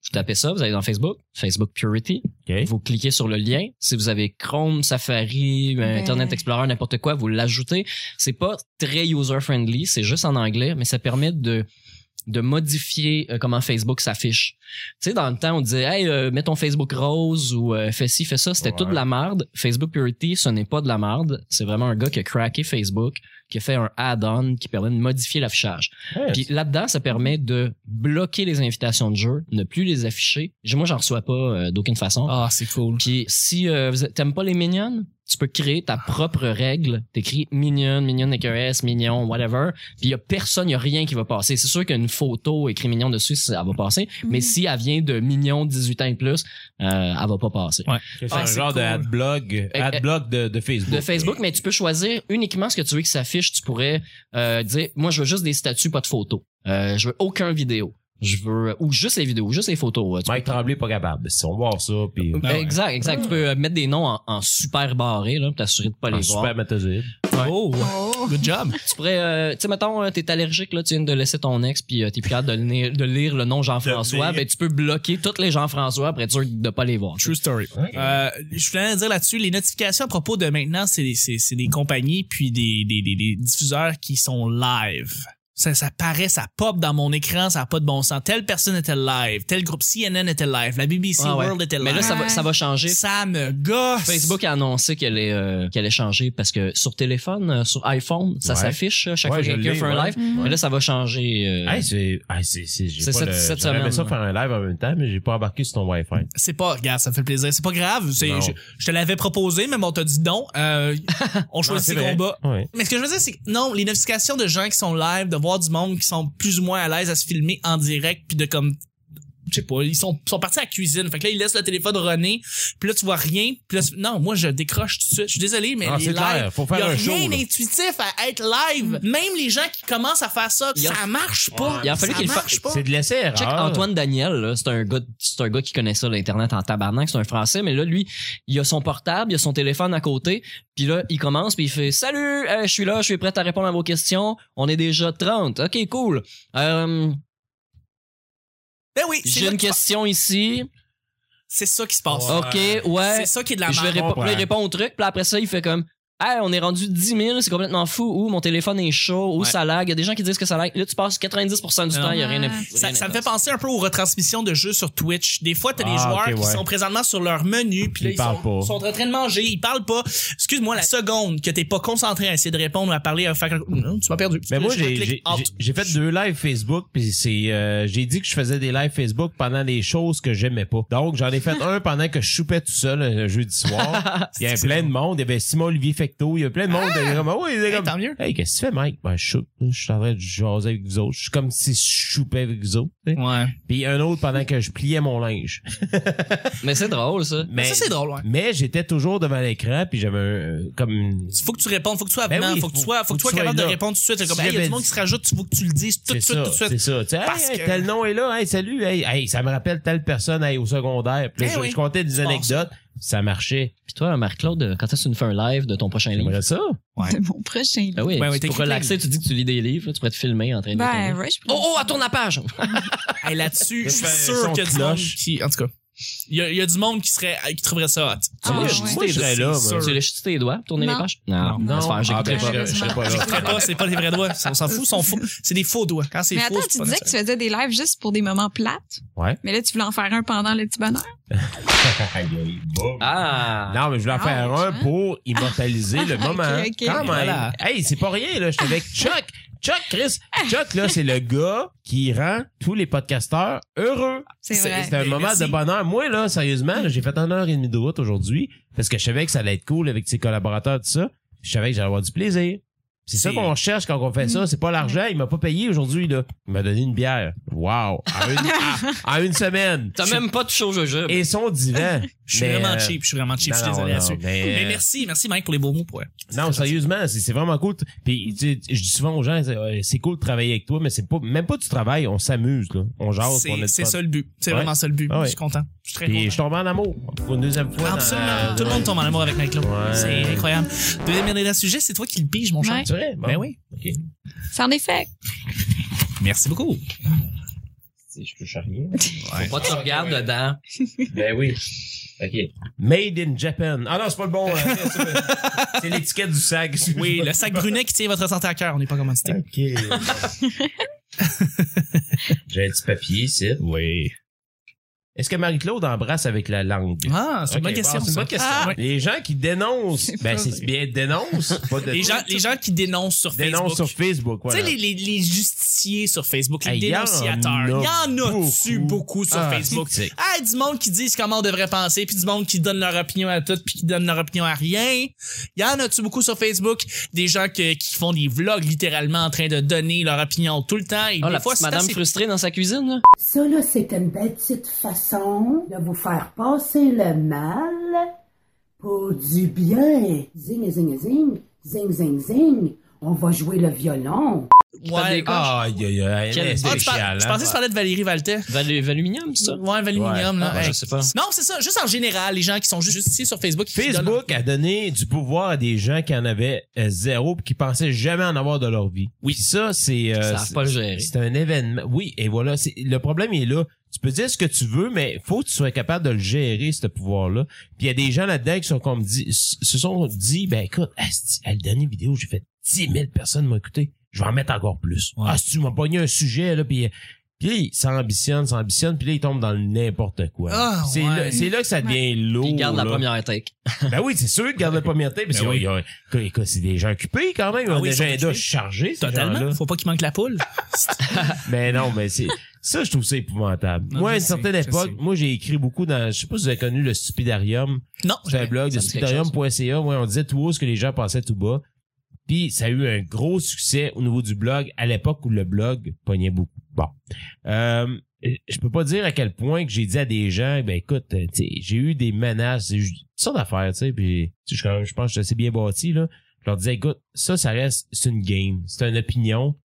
S4: Vous tapez ça, vous allez dans Facebook, Facebook Purity.
S1: OK.
S4: Vous cliquez sur le lien. Si vous avez Chrome, Safari, euh,
S2: Ben.
S4: Internet Explorer, n'importe quoi, vous l'ajoutez. C'est pas très user-friendly, c'est juste en anglais, mais ça permet de de modifier euh, comment Facebook s'affiche. Tu sais, dans le temps, on disait, hey, euh, mets ton Facebook rose ou euh, fais ci, fais ça. C'était
S1: Ouais.
S4: tout de la merde. Facebook Purity, ce n'est pas de la merde. C'est vraiment un gars qui a cracké Facebook, qui a fait un add-on qui permet de modifier l'affichage.
S1: Ouais.
S4: Puis là-dedans, ça permet de bloquer les invitations de jeu, ne plus les afficher. Moi, j'en reçois pas euh, d'aucune façon.
S3: Ah, c'est cool.
S4: Puis si euh, vous- t'aimes pas les mignonnes, tu peux créer ta propre règle. T'écris mignonne, mignonne avec un S, mignon, whatever. Puis y a personne, y a rien qui va passer. C'est sûr qu'une photo écrit mignon dessus, ça va passer. Mais
S2: Mhm.
S4: si elle vient de mignon 18 ans et plus, euh, elle va pas passer.
S3: Ouais.
S1: C'est
S3: Ah,
S1: un
S3: c'est
S1: genre de
S3: cool.
S1: adblog,
S4: eh.
S1: adblog de, de Facebook.
S4: De Facebook, mais tu peux choisir uniquement ce que tu veux que s'affiche. Tu pourrais euh, dire, moi, je veux juste des statuts, pas de photos. Euh, je veux aucun vidéo. Je veux ou juste les vidéos, juste les photos. Tu peux
S1: Mike Tremblay pas capable. Si on va voir ça, puis
S3: Ben ouais.
S4: Exact, exact. Tu peux euh, mettre des noms en, en super barré là, pour t'assurer de pas
S1: un
S4: les voir.
S1: super méthode.
S3: Oh,
S2: Oh.
S3: good job.
S4: Tu pourrais, euh, tu sais, mettons, euh, t'es allergique, là, tu viens de laisser ton ex, puis euh, t'es plus capable de, lire- de lire le nom Jean-François,
S1: De lire.
S4: ben tu peux bloquer tous les Jean-François pour être sûr de pas les voir.
S3: True story. Euh, je voulais dire là-dessus, les notifications à propos de maintenant, c'est des, c'est- c'est des compagnies puis des, des, des, des diffuseurs qui sont live. Ça, ça paraît, ça pop dans mon écran, ça n'a pas de bon sens. Telle personne était live, tel groupe CNN était live, la BBC
S4: Ah ouais.
S3: World était live.
S4: Mais là, ça va, ça va changer.
S3: ça me gosse.
S4: Facebook a annoncé qu'elle est, euh, qu'elle est changée parce que sur téléphone, euh, sur iPhone, ça
S1: Ouais.
S4: s'affiche euh, chaque
S1: Ouais,
S4: fois
S1: je
S4: que quelqu'un
S1: l'ai,
S4: fait un
S1: ouais.
S4: live.
S3: Mm-hmm.
S2: Mhm.
S4: Mais là, ça va changer. euh,
S1: Hey, c'est, hey, c'est, c'est, j'ai
S4: C'est
S1: pas
S4: cette-
S1: le-
S4: cette
S1: j'aurais aimé
S4: semaine,
S1: ça
S4: là.
S1: faire un live en même temps, mais j'ai pas embarqué sur ton Wi-Fi.
S3: C'est pas, regarde, ça fait plaisir. C'est pas grave. C'est-
S1: Non.
S3: Je, je te l'avais proposé, mais on t'a dit non. Euh, on
S1: Non,
S3: choisit ses
S1: c'est vrai.
S3: combats.
S1: Ouais.
S3: Mais ce que je veux dire, c'est que non, les notifications de gens qui sont live, de voir du monde qui sont plus ou moins à l'aise à se filmer en direct, puis de comme, je sais pas, ils sont, sont partis à la cuisine. Fait que là, ils laissent le téléphone runner, puis là, tu vois rien. Puis là, tu- non, moi, je décroche tout de suite. Je suis désolé, mais
S1: Ah,
S3: les
S1: c'est
S3: lives,
S1: clair, faut
S3: y
S1: faire
S3: a
S1: un show.
S3: rien
S1: là.
S3: d'intuitif à être live. Même les gens qui commencent à faire ça,
S4: Il y a-
S3: ça marche pas.
S4: Il a fallu
S3: Ça
S4: qu'il le
S3: marche pas.
S1: C'est de laisser erreur.
S4: Check Antoine Daniel, là, c'est un gars, c'est un gars qui connaît ça l'internet en tabarnak, c'est un français, mais là lui, il a son portable, il a son téléphone à côté, puis là il commence puis il fait salut, euh, je suis là, je suis prêt à répondre à vos questions, on est déjà 30, ok cool, Euh,
S3: Ben oui, c'est
S4: j'ai
S3: là
S4: une
S3: qu'il-
S4: question ici,
S3: c'est ça qui se passe.
S4: ok
S3: C'est
S4: ouais,
S3: ça qui est de la
S4: je vais
S3: merde.
S1: marron,
S4: répondre,
S1: ouais.
S4: il répond au truc, puis après ça il fait comme Hey, on est rendu 10 000, c'est complètement fou. Ou mon téléphone est chaud, ou
S3: Ouais.
S4: ça lag. Il y a des gens qui disent que ça lag. Là, tu passes 90% du
S3: Non.
S4: temps, il n'y a rien à
S2: Ouais.
S3: Ça, ça me fait penser un peu aux retransmissions de jeux sur Twitch. Des fois, t'as des
S1: Ah,
S3: joueurs
S1: ok,
S3: qui
S1: ouais.
S3: sont présentement sur leur menu, puis là,
S1: Ils
S3: ils,
S1: parlent
S3: sont,
S1: pas.
S3: sont en train de manger, ils parlent pas. Excuse-moi, la seconde que t'es pas concentré à essayer de répondre ou à parler, à faire... quelque- Non, tu m'as perdu.
S1: Mais Ben moi,
S3: Je
S1: j'ai,
S3: clique
S1: j'ai,
S3: out.
S1: j'ai- j'ai fait deux lives Facebook, puis c'est, euh, j'ai dit que je faisais des lives Facebook pendant les choses que j'aimais pas. Donc, j'en ai fait un pendant que je choupais tout seul un jeudi soir. Il y avait plein de monde. Il y avait Simon Olivier Fecteau. Il y avait plein de monde. Il y avait comme, oh, il était
S3: Ah! Hey,
S1: comme,
S3: Eh, tant mieux.
S1: hey, qu'est-ce que tu fais, Mike? Ben, je choupe. Je suis en train de jaser avec vous autres. Je suis comme si je choupais avec vous autres. tu sais.
S3: Ouais.
S1: Puis un autre pendant que je pliais mon linge.
S4: Mais c'est drôle, ça.
S1: Mais,
S3: ça, c'est drôle, ouais.
S1: mais j'étais toujours devant l'écran, puis j'avais un, euh, comme...
S3: Faut que tu répondes, faut que tu sois
S1: Ben
S3: avenant,
S1: oui,
S3: faut que tu sois, faut que tu sois
S1: sois
S3: capable
S1: là.
S3: de répondre tout de suite. Comme,
S1: Si
S3: hey, y a
S1: j'avais
S3: du monde
S1: dit-
S3: qui se rajoute, tu veux que tu le dises tout de
S1: C'est
S3: suite,
S1: ça,
S3: tout de suite.
S1: c'est ça. Tu sais, hey,
S3: Parce
S1: hey,
S3: que-
S1: tel nom est là, hey, salut, hey, hey, ça me rappelle telle personne hey, au secondaire. Puis là,
S3: Eh
S1: je,
S3: oui.
S1: je contais des
S3: Tu penses.
S1: anecdotes, ça marchait.
S4: Puis toi, Marc-Claude, quand est-ce que tu nous fais un live de ton prochain livre?
S1: J'aimerais ça.
S3: Ouais.
S2: C'est mon prochain livre.
S4: Ben
S1: Ah
S4: oui,
S3: Ben oui,
S4: tu- pour
S3: t'écris
S4: relaxer, tu dis que tu lis des livres, là, tu pourrais te filmer en train de.
S2: Ben, ouais, je
S4: oh, oh, elle tourne la page!
S3: Hey, là-dessus, je suis
S1: Fais un
S3: sûr
S1: son
S3: que tu
S1: cloche.
S3: qui, en tout cas. Il y, a- il y a du monde qui serait qui trouverait ça hot.
S2: Ah,
S3: Moi,
S2: ouais.
S3: je-
S2: Moi,
S3: moi,
S1: je
S3: je
S1: serais
S3: suis
S1: là, ben. moi.
S3: sûr.
S4: Tu l'as jeté tes doigts, tourner les
S2: Non.
S4: pages? Non,
S1: Non.
S4: laisse faire,
S1: Ah,
S4: j'écouterai
S1: ben,
S4: pas.
S1: je, je serais pas là.
S3: Après pas, c'est pas les vrais doigts. On s'en fout, sont faux. C'est des faux doigts. Quand c'est
S2: Mais
S3: faux,
S2: attends,
S3: c'est
S2: tu
S3: pas
S2: disais que tu faisais des lives juste pour des moments plates.
S1: Ouais.
S2: Mais là, tu voulais en faire un pendant le petit bonheur.
S1: Aïe, aïe, boum.
S4: Ah!
S1: Non, mais je voulais en faire
S2: Ouch,
S1: un
S2: hein?
S1: pour immortaliser
S3: Ah,
S1: le moment.
S2: ok.
S1: Quand même.
S3: Voilà.
S1: Hey, c'est pas rien, là. Je suis avec Chuck. Chuck, Chris. Chuck, là, c'est le gars qui rend tous les podcasteurs heureux.
S2: C'est
S3: C'est-
S2: vrai.
S1: C'est un
S3: Ben,
S1: moment
S3: merci.
S1: de bonheur. Moi, là, sérieusement, là, j'ai fait une heure et demie de route aujourd'hui parce que je savais que ça allait être cool avec ses collaborateurs, tout ça. Je savais que j'allais avoir du plaisir. C'est ça
S3: C'est-
S1: qu'on cherche quand on fait ça. C'est pas l'argent. Il m'a pas payé aujourd'hui, là. Il m'a donné une bière. Wow. En une, en- en une semaine.
S4: T'as même pas touché au jeu
S1: Et son divan.
S3: Je suis
S1: Mais,
S3: vraiment
S1: euh,
S3: cheap, je suis vraiment cheap, je suis
S1: non,
S3: désolé
S1: non,
S3: là-dessus.
S1: mais,
S3: Mais
S1: euh,
S3: merci, merci Mike pour les beaux mots pour elle.
S1: Non, sérieusement, c'est c'est vraiment cool. Puis tu sais, je dis souvent aux gens, c'est euh, c'est cool de travailler avec toi, mais c'est pas même pas du travail, on s'amuse là, on jase, on a
S3: C'est
S1: du
S3: c'est
S1: fun.
S3: ça le but. C'est
S1: Ouais.
S3: vraiment ça le but.
S1: Ah ouais.
S3: Je suis content. Je suis très
S1: Puis je
S3: content.
S1: tombe en amour pour une deuxième fois. dans-
S3: Absolument. Tout le monde tombe en amour avec Mike Lowe.
S1: Ouais.
S3: C'est incroyable. Deuxième et dernier sujet, c'est toi qui le piges, mon cher.
S2: Ouais.
S1: C'est vrai. Bon.
S3: Ben oui.
S2: C'est en effet.
S3: Merci beaucoup.
S1: Je touche à rien.
S4: Faut pas que tu regardes dedans.
S1: Ben oui. OK. Made in Japan. Ah non, c'est pas le bon. hein. c'est l'étiquette du sac.
S3: Oui, le sac Brunet qui tient votre santé à cœur. On n'est pas commandité.
S1: OK. J'ai un petit papier ici. Oui. Est-ce que Marie-Claude embrasse avec la langue?
S3: Ah, c'est une
S1: Ok,
S3: bonne question.
S1: bon, c'est une
S3: ça. Ah,
S1: bonne question.
S2: Ah.
S3: Ouais.
S1: Les gens qui dénoncent,
S2: C'est
S1: ben
S2: pas
S1: c'est
S2: vrai.
S1: bien dénoncent, pas de
S3: Les gens, les gens qui dénoncent sur
S1: dénoncent
S3: Facebook.
S1: sur Facebook. Voilà.
S3: Tu sais, les, les, les justiciers sur Facebook, les
S1: Hey, y en
S3: dénonciateurs, il y en
S1: a
S3: a-tu
S1: beaucoup.
S3: beaucoup sur
S1: Ah,
S3: Facebook?
S1: c'est-
S3: Ah, du monde qui disent comment on devrait penser, puis du monde qui donne leur opinion à tout, puis qui donne leur opinion à rien. Il y en a-tu beaucoup sur Facebook? Des gens que- qui font des vlogs littéralement en train de donner leur opinion tout le temps. Et
S4: Oh,
S3: des
S4: la
S3: fois,
S4: petite
S3: c'est
S4: madame
S3: assez-
S4: frustrée dans sa cuisine, là.
S5: Ça, là, c'est une belle petite façon de vous faire passer le mal pour du bien. Zing, zing, zing, zing, zing, zing. On va jouer le violon.
S4: Pas
S3: Ouais.
S4: des-
S1: Aïe, aïe, aïe.
S4: Quel-
S1: elle est
S3: Ah, tu parles-
S1: spéciale,
S3: je
S1: hein.
S3: pensais que tu parlais de Valérie Valtet.
S4: Valu- Valuminium, ça.
S3: Ouais, Valuminium,
S1: Ouais.
S3: là.
S4: Ah,
S3: Hey.
S4: je sais pas.
S3: Non, c'est ça. Juste en général, les gens qui sont ju- justiciers sur Facebook. qui donnent-
S1: Facebook a donné du pouvoir à des gens qui en avaient euh, zéro pis qui pensaient jamais en avoir de leur vie. Oui. ça, c'est... euh,
S4: Ils savent
S1: c'est-
S4: pas le gérer.
S1: C'est un événement. Oui, et voilà. c'est- Le problème est là. Tu peux dire ce que tu veux, mais faut que tu sois capable de le gérer, ce pouvoir-là. Puis il y a des gens là-dedans qui sont comme dit, se sont dit, ben écoute, asti, à la dernière vidéo, j'ai fait 10 000 personnes m'ont écouté. Je vais en mettre encore plus.
S3: Ouais.
S1: Ah, si tu m'as pogné un sujet, là, puis... euh, Puis il s'ambitionne, s'ambitionne, puis là, il tombe dans le n'importe quoi.
S3: Ah,
S1: c'est
S3: ouais.
S1: là, c'est là que ça devient lourd.
S4: Puis il garde la
S1: là.
S4: première take.
S1: Ben oui, c'est sûr qu'ils gardent la première tape. Parce
S3: Ben
S1: que,
S3: oui.
S1: ils ont- écoute, écoute, c'est des gens occupés quand même. Ils
S3: Ah
S1: ont
S3: oui,
S1: des
S3: ils sont
S1: agendas
S3: occupés.
S1: chargés, ces gens-là.
S3: Totalement. Faut pas qu'il manque la poule.
S1: Mais Ben non, mais c'est... Ça, je trouve ça épouvantable.
S3: Non,
S1: moi,
S3: je
S1: à une
S3: sais,
S1: certaine
S3: je
S1: époque,
S3: sais.
S1: moi, j'ai écrit beaucoup dans... Je sais pas si vous avez connu le Stupidarium.
S3: non,
S1: C'était un blog
S4: Ça
S1: de
S4: me dit quelque
S1: stupidarium.ca. Ouais, on disait tout haut ce que les gens pensaient tout bas. Puis, ça a eu un gros succès au niveau du blog à l'époque où le blog pognait beaucoup. Bon. Euh, je peux pas dire à quel point que j'ai dit à des gens, ben écoute, euh, tu sais, j'ai eu des menaces, j'ai eu toutes sortes d'affaires, tu sais, puis tu sais, je, suis quand même- je pense que je suis assez bien bâti, là. Je leur disais, écoute, ça, ça reste, c'est une game, c'est une opinion.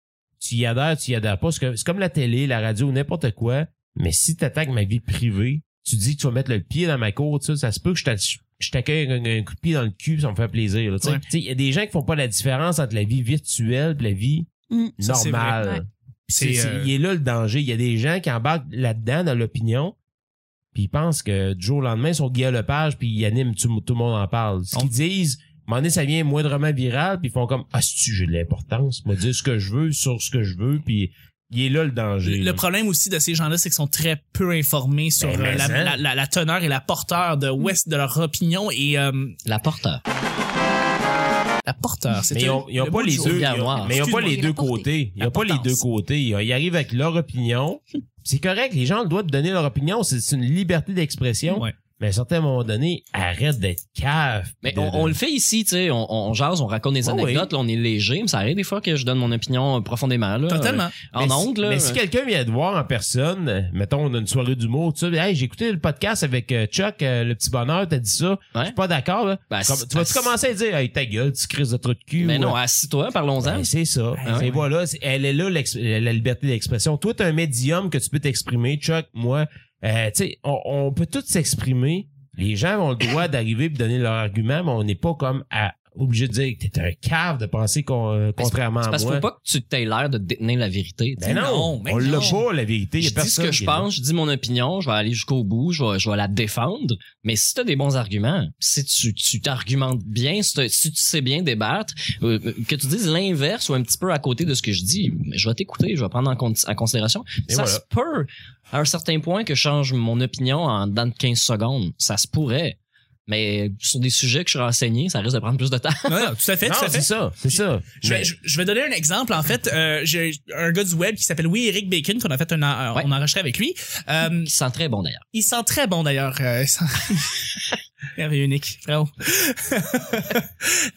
S1: Tu y adhères, tu y adhères pas. C'est que- c'est comme la télé, la radio, n'importe quoi. Mais si tu attaques ma vie privée, tu dis que tu vas mettre le pied dans ma cour, tu sais, ça se peut que je t'ac- je t'accueille avec un, un coup de pied dans le cul, puis ça me fait plaisir. là, tu sais.
S3: Ouais.
S1: Tu sais, Il y a des gens qui font pas la différence entre la vie virtuelle et la vie
S2: Mm.
S3: Ça, c'est euh,
S1: normale.
S2: vrai, ouais.
S1: C'est, c'est- il est là le danger. Il y a des gens qui embarquent là-dedans dans l'opinion, puis ils pensent que du jour au lendemain, ils sont Guillaume Lepage, puis ils animent tout, tout le monde en parle. Ce
S3: On-
S1: qu'ils disent, à un moment donné, ça vient moindrement viral, puis ils font comme Ah, si j'ai de l'importance, moi dire ce que je veux sur ce que je veux, puis il est là le danger.
S3: Le
S1: là.
S3: problème aussi de ces gens-là, c'est qu'ils sont très peu informés sur
S1: Ben,
S3: euh,
S1: mais
S3: la,
S1: hein.
S3: la, la- la teneur et la porteur de ouest de leur opinion et euh,
S4: La porteur.
S3: la porteur. c'est
S1: mais ils
S3: un-
S1: ont, ils ont
S3: le
S1: pas
S3: mot du
S1: les
S3: jour.
S1: deux, ils
S4: Bien
S1: ont,
S4: noir.
S1: mais ils ont pas
S2: Excuse-moi,
S1: les
S2: il
S1: deux
S2: l'a porté.
S1: côtés. Ils ont pas les
S3: L'importance.
S1: deux côtés. Ils ils arrivent avec leur opinion. C'est correct, les gens ont le droit de donner leur opinion. C'est c'est une liberté d'expression.
S3: Ouais.
S1: Mais à un certain moment donné, arrête d'être cave.
S4: Mais
S1: De-
S4: on, on le fait ici, tu sais, on, on jase, on raconte des
S1: Ah oui.
S4: anecdotes, là, on est léger, mais ça arrive des fois que je donne mon opinion euh, profondément, là.
S3: Totalement.
S4: euh, En
S1: mais
S4: oncle,
S1: si,
S4: là.
S1: Mais si quelqu'un vient te voir en personne, euh, mettons, on a une soirée d'humour, tu sais, hey, j'ai écouté le podcast avec euh, Chuck, euh, le petit bonheur, t'as dit ça. Je suis pas d'accord, là.
S4: Ben,
S1: Comme-
S4: c'est-
S1: tu vas-tu
S4: c'est-
S1: commencer à dire, hey, ta gueule, tu crises de truc de cul.
S4: Mais
S1: ouais.
S4: non, assis-toi, parlons-en.
S1: Ben, c'est ça.
S3: Ben,
S1: C'est
S3: ouais.
S1: voilà, c'est- elle est là, l'ex- la liberté d'expression. Toi, t'es un médium que tu peux t'exprimer, Chuck, moi. Euh, tu sais, on, on peut tous s'exprimer. Les gens ont le droit d'arriver et de donner leur argument, mais on n'est pas comme à obligé de dire que t'es un cave de penser qu'on, euh, contrairement
S4: C'est
S1: à
S4: parce qu'il
S1: moi.
S4: faut pas que tu t'aies l'air de détenir la vérité. tu sais.
S1: Ben non,
S3: Non, ben
S1: on l'a
S3: non.
S1: pas, la vérité. Y a
S4: je dis ce
S1: personne
S4: que je
S1: qui-
S4: pense, je dis mon opinion, je vais aller jusqu'au bout, je vais, je vais la défendre. Mais si t'as des bons arguments, si tu tu t'argumentes bien, si, t'as- si tu sais bien débattre, euh, euh, que tu dises l'inverse ou un petit peu à côté de ce que je dis, je vais t'écouter, je vais prendre en, con- en considération.
S1: Et
S4: ça
S1: voilà.
S4: se peut à un certain point que je change mon opinion en dans de 15 secondes. Ça se pourrait. Mais sur des sujets que je suis renseigné, ça risque de prendre plus de temps.
S3: Non, non, tout à fait,
S1: Non,
S3: tout à fait.
S1: c'est ça, c'est ça.
S3: Je vais, je, je vais donner un exemple. En fait, euh, j'ai un gars du web qui s'appelle oui Eric Bacon qu'on a fait un en- euh,
S4: Ouais.
S3: on a enregistré avec lui. Euh,
S4: Qui sent très bon d'ailleurs.
S3: il sent très bon d'ailleurs. Euh, il sent... Merveilleux Nick, bravo.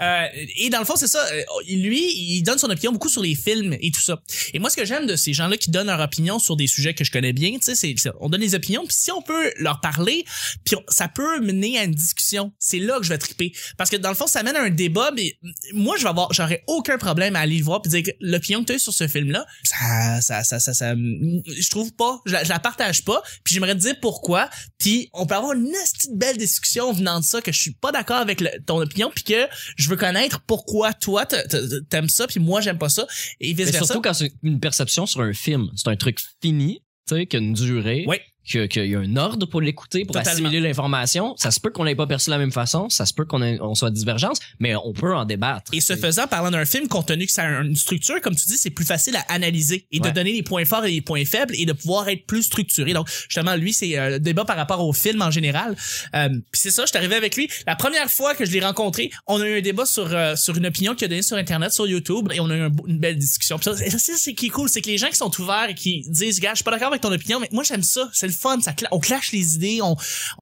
S3: Euh, et dans le fond, c'est ça. euh, Lui, il donne son opinion beaucoup sur les films et tout ça. Et moi, ce que j'aime de ces gens-là qui donnent leur opinion sur des sujets que je connais bien, tu sais, c'est c'est- on donne les opinions, puis si on peut leur parler, puis on- ça peut mener à une discussion. C'est là que je vais triper, parce que dans le fond, ça mène à un débat. Mais moi, je vais avoir, j'aurais aucun problème à aller le voir puis dire que l'opinion que tu as sur ce film-là, ça, ça, ça, ça, ça, je trouve pas, je la, je la partage pas. Puis j'aimerais te dire pourquoi. Puis on peut avoir une esti de belle discussion venant de ça que je suis pas d'accord avec le- ton opinion, puis que je veux connaître pourquoi toi t'a- t'a- t'aimes ça, puis moi j'aime pas ça, et vice
S4: Mais
S3: versa.
S4: surtout quand c'est une perception sur un film, c'est un truc fini, tu sais, qui a une durée,
S3: Oui.
S4: que- qu'il y a un ordre pour l'écouter, pour
S3: Totalement.
S4: assimiler l'information. Ça se peut qu'on l'ait pas perçu de la même façon, ça se peut qu'on ait- on soit à divergence, mais on peut en débattre.
S3: Et ce
S4: C'est-
S3: faisant, parlant d'un film, compte tenu que ça a une structure, comme tu dis, c'est plus facile à analyser et
S4: Ouais.
S3: de donner les points forts et les points faibles et de pouvoir être plus structuré. Donc, justement, lui, c'est euh, le débat par rapport au film en général. Euh, Puis c'est ça, je suis arrivé avec lui. La première fois que je l'ai rencontré, on a eu un débat sur, euh, sur une opinion qu'il a donnée sur Internet, sur YouTube, et on a eu un beau- une belle discussion. Puis ça, c'est- ça, c'est qui est cool, c'est que les gens qui sont ouverts et qui disent, gars, je suis pas d'accord avec ton opinion, mais moi, j'aime ça, c'est le fun, ça cla- on clash les idées, on,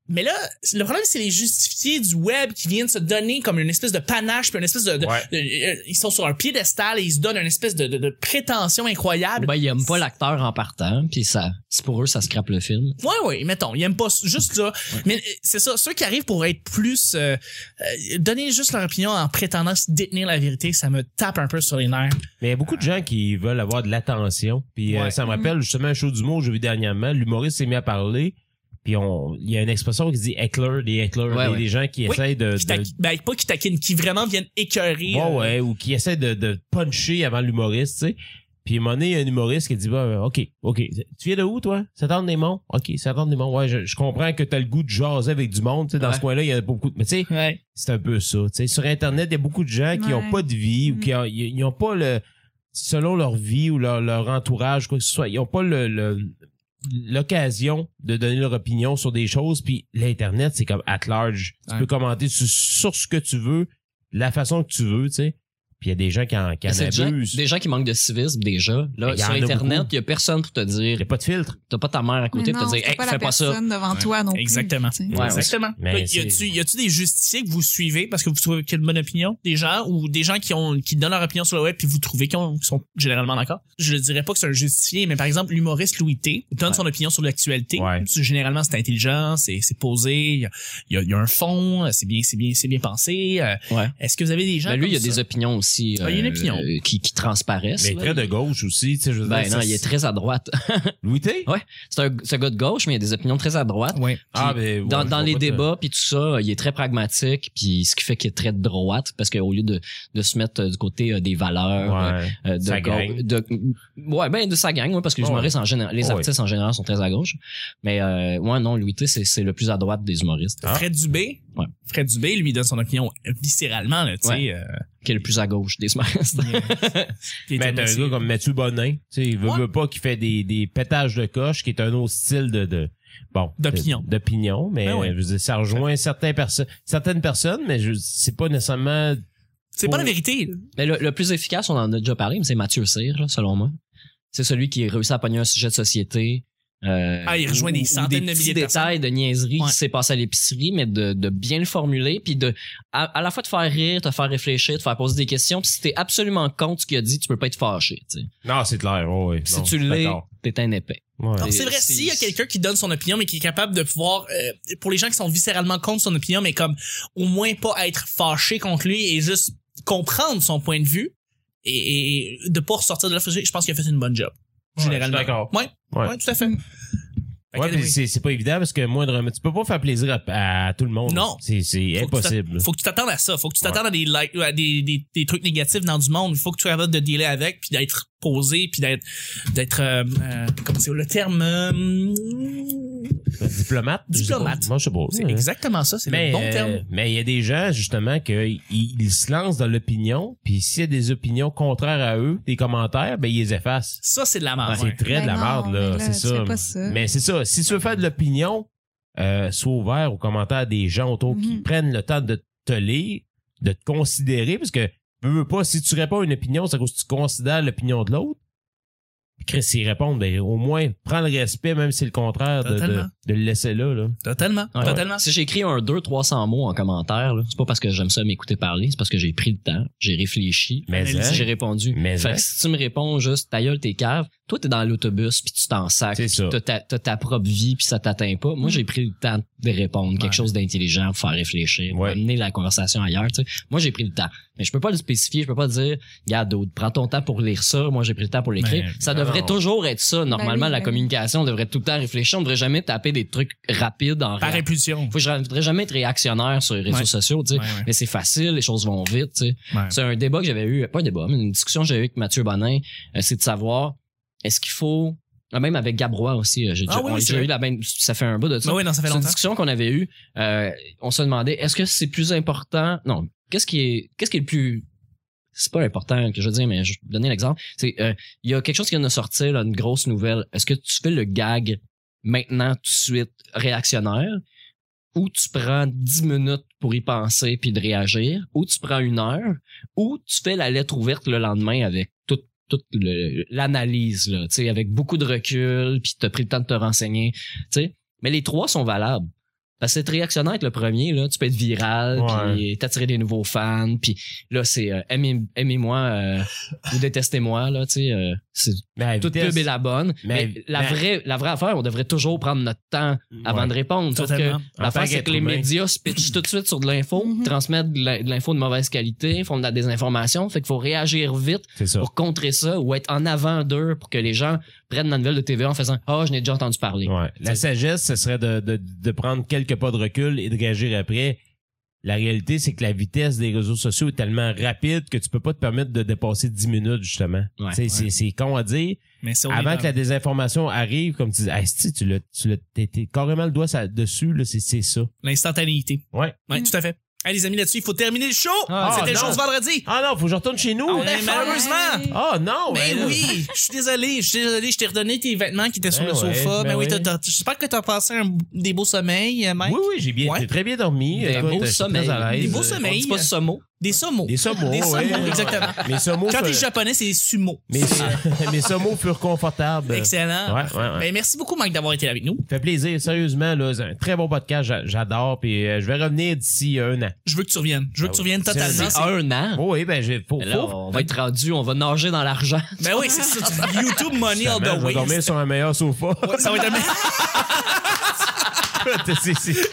S3: mais là, le problème, c'est les justifiés du web qui viennent se donner comme une espèce de panache, puis une espèce de... de-
S1: Ouais.
S3: de- euh, ils sont sur un piédestal et ils se donnent une espèce de, de, de prétention
S4: Ou
S3: incroyable.
S4: ben, ils aiment pas l'acteur en partant, puis ça, c'est pour eux, ça scrape le film.
S3: Ouais, ouais, mettons, ils aiment pas s- juste ça. Mais euh, c'est ça, ceux qui arrivent pour être plus... euh, euh, donner juste leur opinion en prétendant se détenir la vérité, ça me tape un peu sur les nerfs.
S1: Mais il y a beaucoup de gens qui veulent avoir de l'attention. Puis euh,
S3: Ouais. Mm-hmm.
S1: ça me rappelle justement un show d'humour que j'ai vu dernièrement. L'humoriste s'est mis à parler. Puis on, il y a une expression qui dit heckler, des hecklers,
S4: Ouais,
S1: des,
S4: ouais.
S1: des gens qui
S3: Oui,
S1: essayent de,
S3: Qui
S1: de-
S3: taquinent- ben, pas qui taquinent, qui vraiment viennent écœurer.
S1: Ouais,
S3: euh,
S1: ouais, ou qui essaie de, de puncher avant l'humoriste, tu sais. Puis à un moment donné, il y a un humoriste qui dit bah, OK, OK, tu viens de où, toi Saint-Anne des Monts OK, Saint-Anne des Monts. Ouais, je, je comprends que t'as le goût de jaser avec du monde, tu sais. Dans
S4: Ouais.
S1: ce coin-là, il y en a pas beaucoup. de- Mais tu sais,
S3: Ouais.
S1: c'est un peu ça. tu sais. Sur Internet, il y a beaucoup de gens qui
S2: Ouais.
S1: n'ont pas de vie ou
S2: Mm.
S1: qui ont- ils n'ont pas le. Selon leur vie ou leur, leur entourage, quoi que ce soit, ils n'ont pas le. le- l'occasion de donner leur opinion sur des choses puis l'internet c'est comme at large tu
S3: Ouais.
S1: peux commenter sur, sur ce que tu veux la façon que tu veux tu sais puis il y a des gens qui en, qui en
S4: C'est des gens,
S1: abusent
S4: des gens qui manquent de civisme déjà. Là,
S1: Mais il y
S4: sur
S1: en a
S4: Internet,
S1: beaucoup.
S4: il y a personne pour te
S1: il n'y
S4: dire,
S1: a pas de filtre
S4: t'as pas ta mère à
S2: Mais
S4: côté pour
S2: non,
S4: te dire,
S2: c'est
S4: hey,
S2: pas la
S4: fais pas ça.
S2: personne devant
S3: Ouais,
S2: toi non plus.
S3: exactement.
S2: tu sais.
S4: Ouais,
S3: Exactement.
S1: Mais
S3: Là, y a-tu
S1: c'est-
S3: y a-tu des justifiés que vous suivez parce que vous trouvez qu'ils ont une bonne opinion des gens ou des gens qui ont qui donnent leur opinion sur le web puis vous trouvez qu'ils ont- qu'ils sont généralement d'accord Je ne dirais pas que c'est un justifié, mais par exemple l'humoriste Louis T donne
S4: Ouais.
S3: son opinion sur l'actualité.
S1: Ouais.
S3: C'est- Généralement c'est intelligent, c'est c'est posé, il y a, il y a- il y a un fond, c'est bien c'est bien c'est bien pensé. Euh,
S4: Ouais.
S3: Est-ce que vous avez des gens
S4: Ben, lui,
S3: comme
S4: il y a
S3: ça?
S4: des opinions aussi,
S3: Ah, il y a une opinion.
S4: euh, qui, qui transparaissent.
S1: mais
S4: là.
S1: très de gauche aussi tu sais je veux
S4: Ben
S1: dire,
S4: non,
S1: ça,
S4: il est
S1: c'est-
S4: très Ah, à droite.
S1: Louis T
S4: Ouais. C'est un, c'est un gars de gauche, mais il a des opinions très à droite.
S3: Ouais.
S1: ah ben ouais, je
S4: dans, dans
S1: vois
S4: les
S1: pas de-
S4: débats puis tout ça, il est très pragmatique puis ce qui fait qu'il est très de droite parce qu'au lieu de, de se mettre euh, du côté euh, des valeurs euh,
S1: ouais
S4: euh, de
S1: Sa
S4: gau-
S1: gang.
S4: de ouais ben de sa gang ouais, parce que les
S1: Ouais.
S4: humoristes en général les
S1: Ouais.
S4: artistes en général sont très à gauche mais euh, ouais non Louis T c'est c'est le plus à droite des humoristes
S1: Ah.
S3: Fred Dubé.
S4: Ouais.
S3: Fred Dubé lui il donne son opinion euh, viscéralement là, tu sais. euh,
S4: Ouais. qui est le plus à gauche des humoristes Ben,
S1: Mais t'as un gars comme Mathieu Bonin, tu sais, il veut,
S3: Ouais.
S1: veut pas qu'il fait des, des pétages de coche, qui est un autre style de, de bon,
S3: D'opinion.
S1: de- d'opinion, mais
S3: Ben ouais.
S1: euh, je veux dire, ça rejoint certaines personnes, certaines personnes, mais je, c'est pas nécessairement.
S3: C'est pas la vérité. là.
S4: mais le, le plus efficace on en a déjà parlé mais c'est Mathieu Cyr là, selon moi c'est celui qui réussit à pogner un sujet de société euh,
S3: Ah, il rejoint
S4: ou-
S3: des
S4: ou
S3: centaines de
S4: petits
S3: milliers de
S4: détails de niaiseries
S3: Ouais.
S4: qui s'est passé à l'épicerie, mais de, de bien le formuler, puis de à, à la fois te faire rire, te faire réfléchir, te faire poser des questions. Puis si t'es absolument contre ce qu'il a dit, tu peux pas être fâché. tu sais.
S1: Non, c'est clair, ouais, ouais.
S4: Puis
S1: non,
S4: si tu
S1: je suis
S4: l'es,
S1: d'accord.
S4: t'es un épais.
S1: Ouais.
S3: Non, c'est vrai,
S4: C'est-
S3: s'il y a quelqu'un qui donne son opinion, mais qui est capable de pouvoir, euh, pour les gens qui sont viscéralement contre son opinion, mais comme au moins pas être fâché contre lui et juste comprendre son point de vue et, et de pas ressortir de là, je pense qu'il a fait une bonne job.
S1: Ouais,
S3: Généralement.
S1: je suis d'accord.
S3: Ouais, ouais.
S1: Ouais.
S3: tout à fait. Fait
S1: Ouais,
S3: que,
S1: puis
S3: anyway,
S1: c'est, c'est pas évident parce que moindrement, tu peux pas faire plaisir à, à tout le monde.
S3: Non.
S1: C'est, c'est
S3: faut que tu t'a-
S1: impossible.
S3: Faut que tu t'attendes à ça. Faut que tu t'attendes à, des, like- à des, des, des trucs négatifs dans du monde. Il faut que tu sois capable de dealer avec, puis d'être posé, puis d'être, d'être, euh, euh, comment c'est le terme, euh,
S1: Diplomate. je sais pas.
S3: Diplomate.
S1: Moi, je sais pas.
S3: c'est
S1: Ouais.
S3: exactement ça. C'est
S1: Mais
S3: le bon
S1: euh,
S3: terme.
S1: mais il y a des gens justement qu'ils ils se lancent dans l'opinion, puis s'il y a des opinions contraires à eux, des commentaires, ben ils les effacent.
S3: Ça, c'est de la merde.
S1: c'est très
S2: Ben
S1: de la
S2: non,
S1: merde
S2: mais
S1: là,
S2: là,
S1: c'est
S2: tu
S1: ça.
S2: fais pas ça.
S1: Mais c'est ça, si tu veux faire de l'opinion, euh, sois ouvert aux commentaires des gens autour qui
S2: Mhm.
S1: prennent le temps de te lire, de te considérer parce que veux, veux pas si tu réponds à une opinion, c'est à cause que tu considères l'opinion de l'autre. Puis Chris, s'ils répondent, ben, au moins, prends le respect, même si c'est le contraire, de, de,
S3: Totalement.
S1: de le laisser là. là.
S3: Totalement.
S4: Ouais,
S3: totalement.
S4: ouais. Si j'écris un 2 300 mots en commentaire, là, c'est pas parce que j'aime ça m'écouter parler, c'est parce que j'ai pris le temps, j'ai réfléchi,
S1: Mais,
S3: Analyser,
S1: hein,
S4: si j'ai répondu.
S1: Mais
S4: fait
S1: hein.
S4: que si tu me réponds juste ta gueule t'es cave, toi t'es dans l'autobus puis tu t'en sacs,
S1: C'est
S4: puis
S1: ça.
S4: t'as ta, t'as ta propre vie puis ça t'atteint pas. Moi j'ai pris le temps de répondre quelque
S3: Ouais.
S4: chose d'intelligent pour faire réfléchir, pour
S1: Ouais.
S4: amener la conversation ailleurs. tu sais. Moi j'ai pris le temps, mais je peux pas le spécifier, je peux pas dire, regarde, Aude, prends ton temps pour lire ça. Moi j'ai pris le temps pour l'écrire.
S3: Mais-
S4: ça
S1: non,
S4: devrait
S1: Ben, non.
S4: toujours être ça. Normalement
S2: oui, ben
S4: la
S2: oui.
S4: communication on devrait tout le temps réfléchir, on devrait jamais taper des trucs rapides en
S3: Par
S4: réaction.
S3: impulsion.
S4: Faut que je devrais jamais être réactionnaire sur les réseaux
S3: Ouais.
S4: sociaux, tu sais.
S3: Ouais, ouais.
S4: Mais c'est facile, les choses vont vite, tu sais.
S3: Ouais.
S4: C'est un débat que j'avais eu, pas un débat, mais une discussion que j'avais eu avec Mathieu Bonin, euh, c'est de savoir est-ce qu'il faut ah, même avec Gabrois aussi, euh, j'ai
S3: Ah
S4: déjà-
S3: oui,
S4: on a
S3: c'est
S4: déjà
S3: vrai.
S4: eu la même ça fait un bout de ça.
S3: Ben oui, non, ça fait
S4: c'est une
S3: longtemps.
S4: discussion qu'on avait eue, euh, on se demandait est-ce que c'est plus important Non, qu'est-ce qui est qu'est-ce qui est le plus c'est pas important que je veux dire, mais je vais vous donner l'exemple. C'est euh, il y a quelque chose qui vient de sortir, là, une grosse nouvelle. Est-ce que tu fais le gag maintenant tout de suite réactionnaire ou tu prends 10 minutes pour y penser puis de réagir, ou tu prends une heure, ou tu fais la lettre ouverte le lendemain avec toute toute le- l'analyse là, tu sais, avec beaucoup de recul, puis t'as pris le temps de te renseigner, tu sais. Mais les trois sont valables. Parce que être réactionnaire avec le premier là, tu peux être viral,
S1: Ouais.
S4: puis t'attirer des nouveaux fans, puis là c'est euh, aimez- aimez-moi euh, ou détestez-moi là, tu sais, euh, c'est
S1: Mais à
S4: toute
S1: vitesse-
S4: pub est la bonne.
S1: Mais-
S4: Mais, la
S1: mais-
S4: vraie la vraie affaire, on devrait toujours prendre notre temps avant
S1: Ouais.
S4: de répondre. Sauf que
S3: Totalement.
S1: En
S4: L'affaire,
S1: tant
S4: c'est que
S1: qu'être
S4: les
S1: humain.
S4: médias se pitchent tout de suite sur de l'info,
S2: Mhm.
S4: transmettent de la- de l'info de mauvaise qualité, font de la désinformation. Fait qu'il faut réagir vite
S1: C'est ça.
S4: pour contrer ça ou être en avant d'eux pour que les gens prennent la nouvelle de TVA en faisant Ah, je n'ai déjà entendu parler.
S1: Ouais. La sagesse, ce serait de, de, de prendre quelques pas de recul et de réagir après. La réalité, c'est que la vitesse des réseaux sociaux est tellement rapide que tu peux pas te permettre de dépasser 10 minutes, justement.
S4: Ouais,
S1: Tu sais, C'est, c'est con à dire.
S3: Mais c'est
S1: Avant que
S3: horrible.
S1: la désinformation arrive, comme tu dis, Ah, esti, tu l'as, tu l'as, t'es- t'es carrément le doigt ça- dessus, là, c'est, c'est ça.
S3: l'instantanéité.
S1: Ouais.
S3: Ouais,
S2: Mm.
S3: tout à fait. Allez, les amis, là-dessus, il faut terminer le show.
S1: Hmm. Ah,
S3: C'était
S1: non.
S3: chose vendredi.
S1: Ah non, faut que je retourne chez nous.
S3: On est malheureusement.
S1: Ah non,
S3: Mais
S1: ben là.
S3: oui, je suis désolé, je suis désolé, je t'ai redonné tes vêtements qui étaient sur
S1: Ben
S3: le
S1: ouais,
S3: sofa.
S1: ben
S3: Mais oui,
S1: ouais.
S3: t'as- t'as- j'espère que t'as passé un- des beaux sommeils, euh, Mike.
S1: Oui, oui, j'ai bien,
S3: Ouais.
S1: j'ai très bien dormi.
S4: Des
S1: Écoute,
S4: beaux
S1: je suis très
S4: sommeils.
S1: à l'aise.
S3: Des beaux
S1: Euh,
S3: sommeils.
S4: On dit pas ce mot.
S3: Des saumons.
S1: Des sommets.
S3: Des
S1: ouais. euh,
S3: saumons, exactement.
S1: Mes sommets,
S3: Quand t'es
S1: ça-
S3: japonais, c'est des sumos.
S1: Mes, mes saumons furent confortables. Ouais,
S3: Excellent.
S1: ouais, ouais.
S3: Ben, merci beaucoup, Mike, d'avoir été là avec nous.
S1: Ça fait plaisir, sérieusement, là. C'est un très bon podcast, j'a- j'adore. Puis euh, je vais revenir d'ici un an.
S3: Je veux que tu reviennes. Je veux que tu reviennes
S1: Ah oui.
S3: totalement.
S1: C'est-
S3: C'est-
S4: Un an.
S1: Oh, oui, ben, j'ai. Faut,
S4: Là,
S1: faut-
S4: on va être rendu, on va nager dans l'argent.
S3: Ben oui, c'est ça. tu- YouTube money all
S1: Finalement, je
S3: the
S1: vais
S3: way.
S1: dormir sur un meilleur sofa.
S3: Ouais, Ça va être un-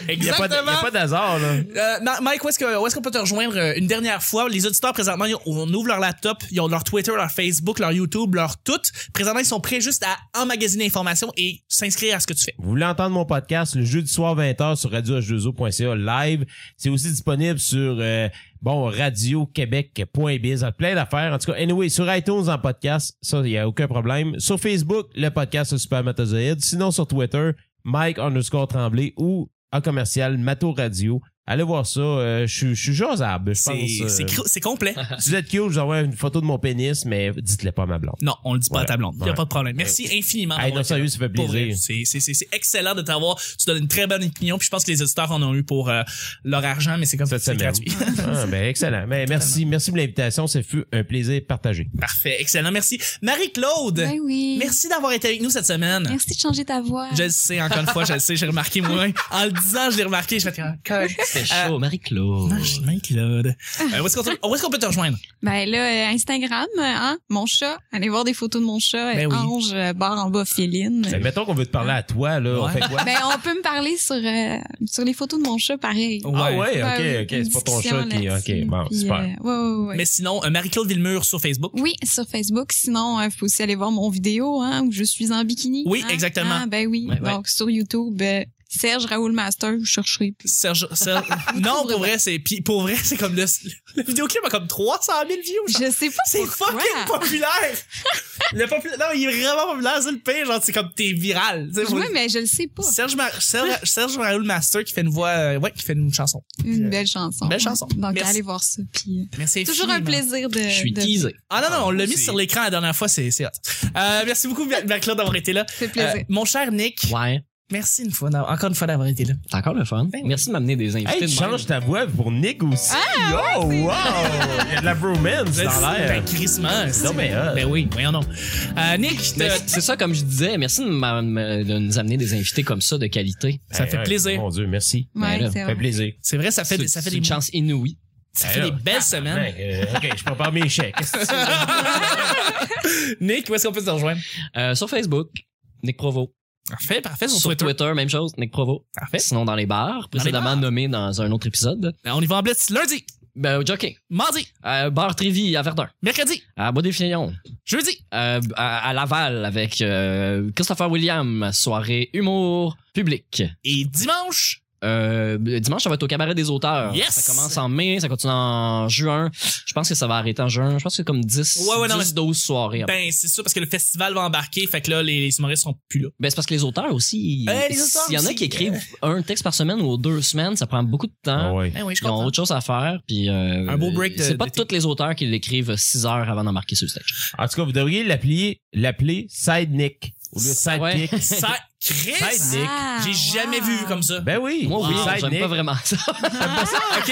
S1: Il n'y a pas de- y a pas d'hasard, là.
S3: Euh, Ma- Mike, où est-ce que- où est-ce qu'on peut te rejoindre euh, une dernière fois? Les auditeurs, présentement, ils- on ouvre leur laptop, ils ont leur Twitter, leur Facebook, leur YouTube, leur tout. Présentement, ils sont prêts juste à emmagasiner l'information et s'inscrire à ce que tu fais.
S1: Vous voulez entendre mon podcast le jeudi soir 20h sur radioh2o.ca live. C'est aussi disponible sur euh, bon radioquebec.biz. Ah, Plein d'affaires. En tout cas, anyway, sur iTunes en podcast, ça, il n'y a aucun problème. Sur Facebook, le podcast Supermatozoïde. Sinon, sur Twitter, Mike underscore Tremblay ou en commercial Mato Radio. Allez voir ça. Euh, je suis- je suis jasable, je pense.
S3: C'est-
S1: euh,
S3: C'est cr- c'est complet.
S1: si vous êtes cute, je vous envoie une photo de mon pénis, mais dites-le pas à ma blonde.
S3: Non, on le dit pas
S1: Ouais.
S3: à ta blonde. Y a
S1: Ouais.
S3: pas de problème. Merci infiniment.
S1: Hey, non,
S3: d'avoir été
S1: sérieux,
S3: là.
S1: ça fait
S3: Pour vrai,
S1: plaisir.
S3: C'est c'est- c'est- c'est excellent de t'avoir. Tu donnes une très bonne opinion. Puis je pense que les auditeurs en ont eu pour euh, leur argent, mais c'est comme ça.
S1: Cette
S3: C'est
S1: semaine.
S3: gratuit.
S1: Ah, ben, excellent. Mais merci, merci pour l'invitation. Ce fut un plaisir partagé.
S3: Parfait. Excellent. Merci. Marie-Claude,
S2: Ben oui.
S3: merci d'avoir été avec nous cette semaine.
S2: Merci de changer ta voix.
S3: Je le sais, encore une fois, je le sais, j'ai remarqué moi. En le disant, je l'ai remarqué, je fais Ah, correct.
S4: C'était chaud, Marie-Claude.
S3: Marie-Claude. Ah, Euh, où est-ce qu'on te- où est-ce qu'on peut te rejoindre?
S2: Ben là, euh, Instagram, euh, hein, mon chat. Allez voir des photos de mon chat.
S3: Ben
S2: euh,
S3: oui.
S2: Ange, euh, barre en bas, féline.
S1: Mais Ben, mettons qu'on veut te parler à toi, là. On
S3: Ouais.
S1: fait quoi?
S2: Ben, on peut me parler sur, euh, sur les photos de mon chat, pareil.
S1: Ah ouais,
S2: Ouais,
S1: ok, ok. C'est pas ton
S2: discussion
S1: chat qui.
S2: là-dessus,
S1: Ok, bon,
S2: puis,
S1: super.
S2: euh, ouais, ouais, ouais.
S3: Mais sinon, euh, Marie-Claude Villemur sur Facebook.
S2: Oui, sur Facebook. Sinon, euh, vous pouvez aussi aller voir mon vidéo hein, où je suis en bikini.
S3: Oui,
S2: hein.
S3: exactement.
S2: Ah, ben oui.
S4: Ouais, ouais.
S2: Donc, sur YouTube, euh, Serge Raoul Master, vous chercherez. puis-
S3: Serge, Serge- non, pour vrai, c'est, puis pour vrai, c'est comme le, le vidéoclip a comme 300 000 views. genre.
S2: Je sais pas
S3: C'est
S2: pourquoi.
S3: fucking populaire! Le popula- non, il est vraiment populaire, c'est le pire, genre, c'est comme t'es viral. tu sais, pour-
S2: Oui, mais je le sais pas.
S3: Serge, Mar- Serge, Serge Raoul Master qui fait une voix, euh, ouais, qui fait une chanson.
S2: Une belle chanson.
S3: Belle chanson.
S2: Donc,
S3: Merci.
S2: allez voir ça. Puis, euh,
S3: Merci.
S2: toujours un
S3: infiniment.
S2: plaisir de.
S4: Je suis
S2: de-
S4: teasé.
S3: Ah non, non, on l'a mis
S1: C'est-
S3: sur l'écran la dernière fois, c'est, c'est hot. Euh, merci beaucoup, Marie-Claude, d'avoir été là.
S2: Ça fait plaisir.
S3: Euh, mon cher Nick,
S4: Ouais.
S3: merci une fois, d'avoir- encore une fois d'avoir été là.
S4: C'est encore le fun.
S2: Ben
S4: Merci de m'amener des invités.
S1: Hey, tu
S4: de même.
S1: changes ta voix pour Nick aussi. oh, wow! Il y a de la bromance dans l'air.
S3: Ben, crissement.
S1: Non, mais, euh,
S3: Ben oui, voyons non. Euh, Nick,
S4: Mais
S3: t'as-
S4: c'est- c'est ça, comme je disais, merci de, m'a- me- de nous amener des invités comme ça de qualité.
S3: ça
S1: Ben,
S3: fait
S1: ouais,
S3: plaisir.
S1: Mon Dieu, merci.
S4: Ben là,
S2: Ouais, c'est
S1: Ça fait
S2: vrai.
S1: plaisir.
S3: C'est vrai, ça fait,
S4: C'est-
S3: ça fait
S4: c'est
S3: des,
S4: une chance inouïe.
S3: ça fait des
S1: Ben,
S3: belles semaines.
S1: Ben, euh, ok, je prépare mes chèques.
S3: Nick, où est-ce qu'on peut se rejoindre?
S4: Euh, sur Facebook, Nick Provo.
S3: Parfait, parfait,
S4: Sur, Twitter. même chose, Nick Provo.
S3: Parfait.
S4: Sinon, dans les bars,
S3: les
S4: précédemment
S3: bars.
S4: nommé dans un autre épisode.
S3: Ben, on y va en blitz lundi,
S4: Ben, au jockey.
S3: mardi,
S4: Euh, bar Trévis à Verdun.
S3: mercredi,
S4: À Bois des Fillons.
S3: jeudi.
S4: Euh, à, à Laval avec euh, Christopher William. Soirée humour public.
S3: Et dimanche,
S4: Euh, dimanche, ça va être au cabaret des auteurs.
S3: Yes!
S4: Ça commence en mai, ça continue en juin. Je pense que ça va arrêter en juin. Je pense que c'est comme 10,
S3: Ouais, ouais, non,
S4: 10
S3: mais-
S4: 12 soirées. Ben,
S3: ben c'est ça parce que le festival va embarquer, fait que là les, les humoristes sont plus là.
S4: Ben, c'est parce que les auteurs aussi,
S3: Eh, les auteurs
S4: s'il y en a
S3: aussi,
S4: qui écrivent un texte par semaine ou deux semaines, ça prend beaucoup de temps.
S1: Ah ouais.
S3: Ben oui, je
S4: Ils ont
S3: comprends.
S4: autre chose à faire, puis euh,
S3: Un beau break de-
S4: c'est pas
S3: d'été.
S4: tous les auteurs qui l'écrivent 6 heures avant d'embarquer sur le stage.
S1: En tout cas, vous devriez l'appeler, l'appeler Side Nick. Au lieu de Side
S4: Ouais.
S1: Nick.
S3: Ça, Chris,
S1: Side Nick.
S2: Ah,
S3: j'ai jamais
S2: wow.
S3: vu comme ça.
S1: Ben oui.
S4: Moi, oui,
S3: Ah.
S1: Side
S4: j'aime
S1: Nick.
S4: pas vraiment ça.
S3: ok.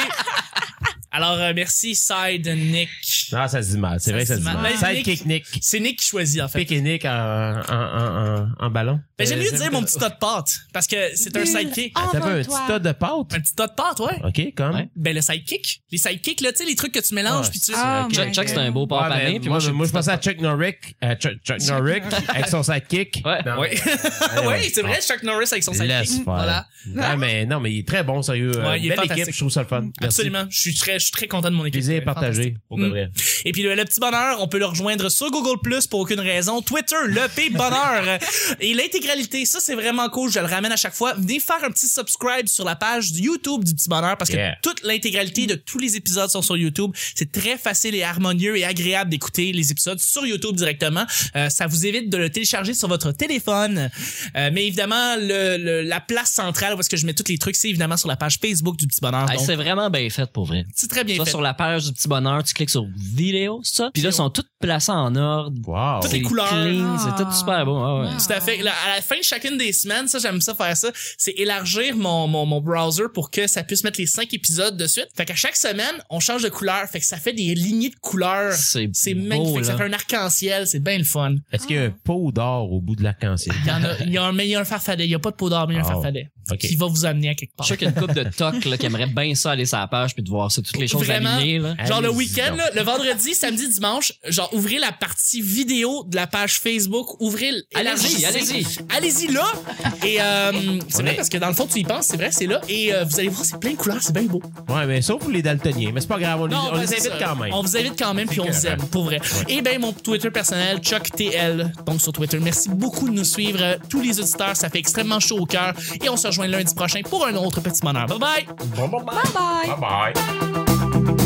S3: Alors euh, merci Side Nick.
S1: Non, Ah, ça se dit mal. C'est
S3: Ça
S1: vrai que
S3: se
S1: ça se
S3: dit
S1: dit
S3: mal.
S1: mal.
S3: Ben,
S1: Side Kick Nick.
S3: C'est Nick qui choisit en fait.
S1: Pick et Nick en, en, en, en, en ballon.
S3: Ben, j'aime
S1: Euh,
S3: mieux dire mon petit tas de pâtes parce que c'est un
S2: Bulle.
S3: sidekick.
S2: Ah,
S1: T'as pas un
S2: Avant toi.
S1: petit tas de pâtes?
S3: Un petit tas de pâtes, ouais.
S1: OK, comme.
S4: Ouais.
S3: Ben le sidekick, les sidekicks là, tu sais les trucs que tu mélanges
S1: Ah.
S3: puis tu
S2: Ah,
S1: Ok.
S2: my
S4: Chuck, Chuck, c'est
S2: God.
S4: un beau
S1: Ouais,
S4: porc
S1: ben,
S4: pané, puis moi, je
S1: je pensais à Chuck Norrick, à Chuck, Chuck Norrick avec son sidekick.
S4: Ouais.
S1: Non,
S3: Ouais.
S1: mais-
S3: oui, c'est vrai, Chuck Norris avec son sidekick.
S1: Ah. Laisse faire.
S3: Voilà.
S1: Ah, mais non, mais il est très bon, sérieux. Euh,
S3: Ouais, il est
S1: Belle
S3: fantastique.
S1: équipe, je trouve ça le fun. Merci.
S3: Absolument. Je suis très, je suis très content de mon équipe.
S1: Plaisir
S3: Ouais,
S1: partagé, pour de
S3: Mm.
S1: vrai.
S3: fantastique. Et puis le, le petit bonheur, on peut le rejoindre sur Google Plus pour aucune raison, Twitter, le P bonheur et l'intégralité. Ça c'est vraiment cool. Je le ramène à chaque fois. Venez faire un petit subscribe sur la page du YouTube du petit bonheur parce que
S1: Yeah.
S3: toute l'intégralité de tous les épisodes sont sur YouTube. C'est très facile et harmonieux et agréable d'écouter les épisodes sur YouTube directement. Euh, ça vous évite de le télécharger sur votre téléphone. Euh, mais évidemment, le, le- la place centrale où est-ce que je mets tous les trucs, c'est évidemment sur la page Facebook du petit bonheur.
S4: Hey,
S3: Donc,
S4: c'est vraiment bien fait pour vrai.
S3: c'est très bien
S4: Tu vas
S3: fait.
S4: sur la page du petit bonheur, tu cliques sur vidéo, c'est ça. Puis là, ils sont toutes placées en ordre.
S1: Wow.
S3: Toutes
S4: C'est
S3: les couleurs.
S4: clean, C'est tout super beau. ah ouais.
S2: Wow.
S3: Tout à fait. Là, à la fin de chacune des semaines, ça, j'aime ça faire ça, c'est élargir mon, mon, mon browser pour que ça puisse mettre les cinq épisodes de suite. Fait qu'à chaque semaine, on change de couleur. Fait que ça fait des lignées de couleurs.
S4: C'est
S3: C'est
S4: beau,
S3: magnifique.
S4: là.
S3: Ça fait un arc-en-ciel. C'est bien le fun.
S1: Est-ce qu'il y a un pot d'or au bout de l'arc-en-ciel?
S3: Il y en a, il y a un, mais il y a un farfadet. Il y a pas de peau d'or, mais il y a un
S1: Oh,
S3: farfadet.
S1: ok.
S3: Qui va vous amener à quelque
S4: Je
S3: part.
S4: suis sûr qu'il y a une couple de tocs là, qui aimerait bien ça aller sur la page puis de voir ça, toutes les choses
S3: Vraiment.
S4: alignées. Là.
S3: Genre le
S1: Allez-y
S3: week-end,
S1: donc.
S3: là, le vendredi, samedi, dimanche, genre ouvrez la partie vidéo de la page Facebook, ouvrez, l-
S4: Allez-y,
S3: élargissez.
S4: allez-y.
S3: allez-y là. Et euh, c'est
S1: On
S3: vrai
S1: est-
S3: parce que dans le fond tu y penses, c'est vrai, c'est là. Et euh, vous allez voir, c'est plein de couleurs, c'est bien beau.
S1: Ouais, mais sauf pour les daltoniens. Mais c'est pas grave, on, les- on
S3: Ah. ben,
S1: les
S3: c'est
S1: invite
S3: ça.
S1: quand même.
S3: On vous invite quand même, puis on vous
S1: correct.
S3: aime, pour vrai. Et ben mon Twitter personnel, ChuckTL, donc sur Twitter. Merci beaucoup de nous suivre, euh, tous les auditeurs, ça fait extrêmement chaud au cœur. Et on se rejoint lundi prochain pour un autre petit bonheur. Bye bye.
S2: Bye
S4: Ah,
S2: bye.
S1: Bye-bye.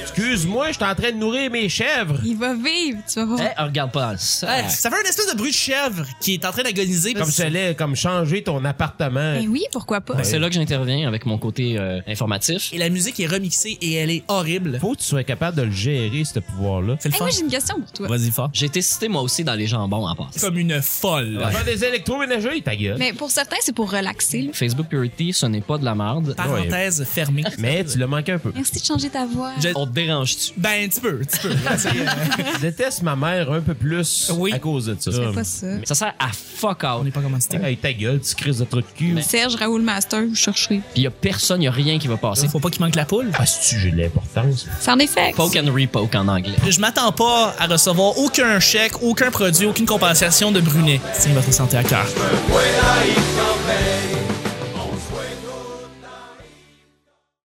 S1: Excuse-moi, je suis en train de nourrir mes chèvres.
S2: Il va vivre, tu vas voir.
S3: Ah.
S4: Hey, Eh, regarde pas ça.
S3: Hey, ça fait un espèce de bruit de chèvre qui est en train d'agoniser.
S1: Comme ça allait comme changer ton appartement.
S2: Ben oui, pourquoi pas?
S3: euh,
S4: C'est là que j'interviens avec mon côté euh, informatif.
S3: et la musique est remixée et elle est horrible.
S1: Faut que tu sois capable de le gérer, ce pouvoir-là.
S3: C'est le
S2: Hey,
S3: fun.
S2: moi, j'ai une question pour toi.
S3: Vas-y fort.
S4: J'ai été cité moi aussi dans les jambons en passe.
S3: Comme une folle.
S1: Faire des électroménagers, ta gueule.
S2: Mais pour certains, c'est pour relaxer. là.
S4: Facebook Purity, ce n'est pas de la merde.
S3: Parenthèse fermée.
S1: Mais tu l'as manqué un peu.
S2: Merci de changer ta voix.
S3: Je-
S4: On te dérange change-tu?
S3: Ben, un petit peu, un petit peu. C'est, euh,
S1: Je déteste ma mère un peu plus
S3: Oui.
S1: à cause de ça.
S2: C'est pas ça.
S4: Ça sert à fuck
S3: on
S4: out.
S3: n'est pas commandité.
S1: Hey, ta gueule, tu crises de truc de cul.
S2: Serge Raoul Master, vous chercherez.
S4: Puis y a personne, y a rien qui va passer.
S3: Faut pas qu'il manque la poule.
S1: Ah, si j'ai de l'importance.
S2: C'est en effet.
S4: Poke and repoke en anglais.
S3: Je m'attends pas à recevoir aucun chèque, aucun produit, aucune compensation de Brunet. Tiens votre santé à cœur.
S6: when I come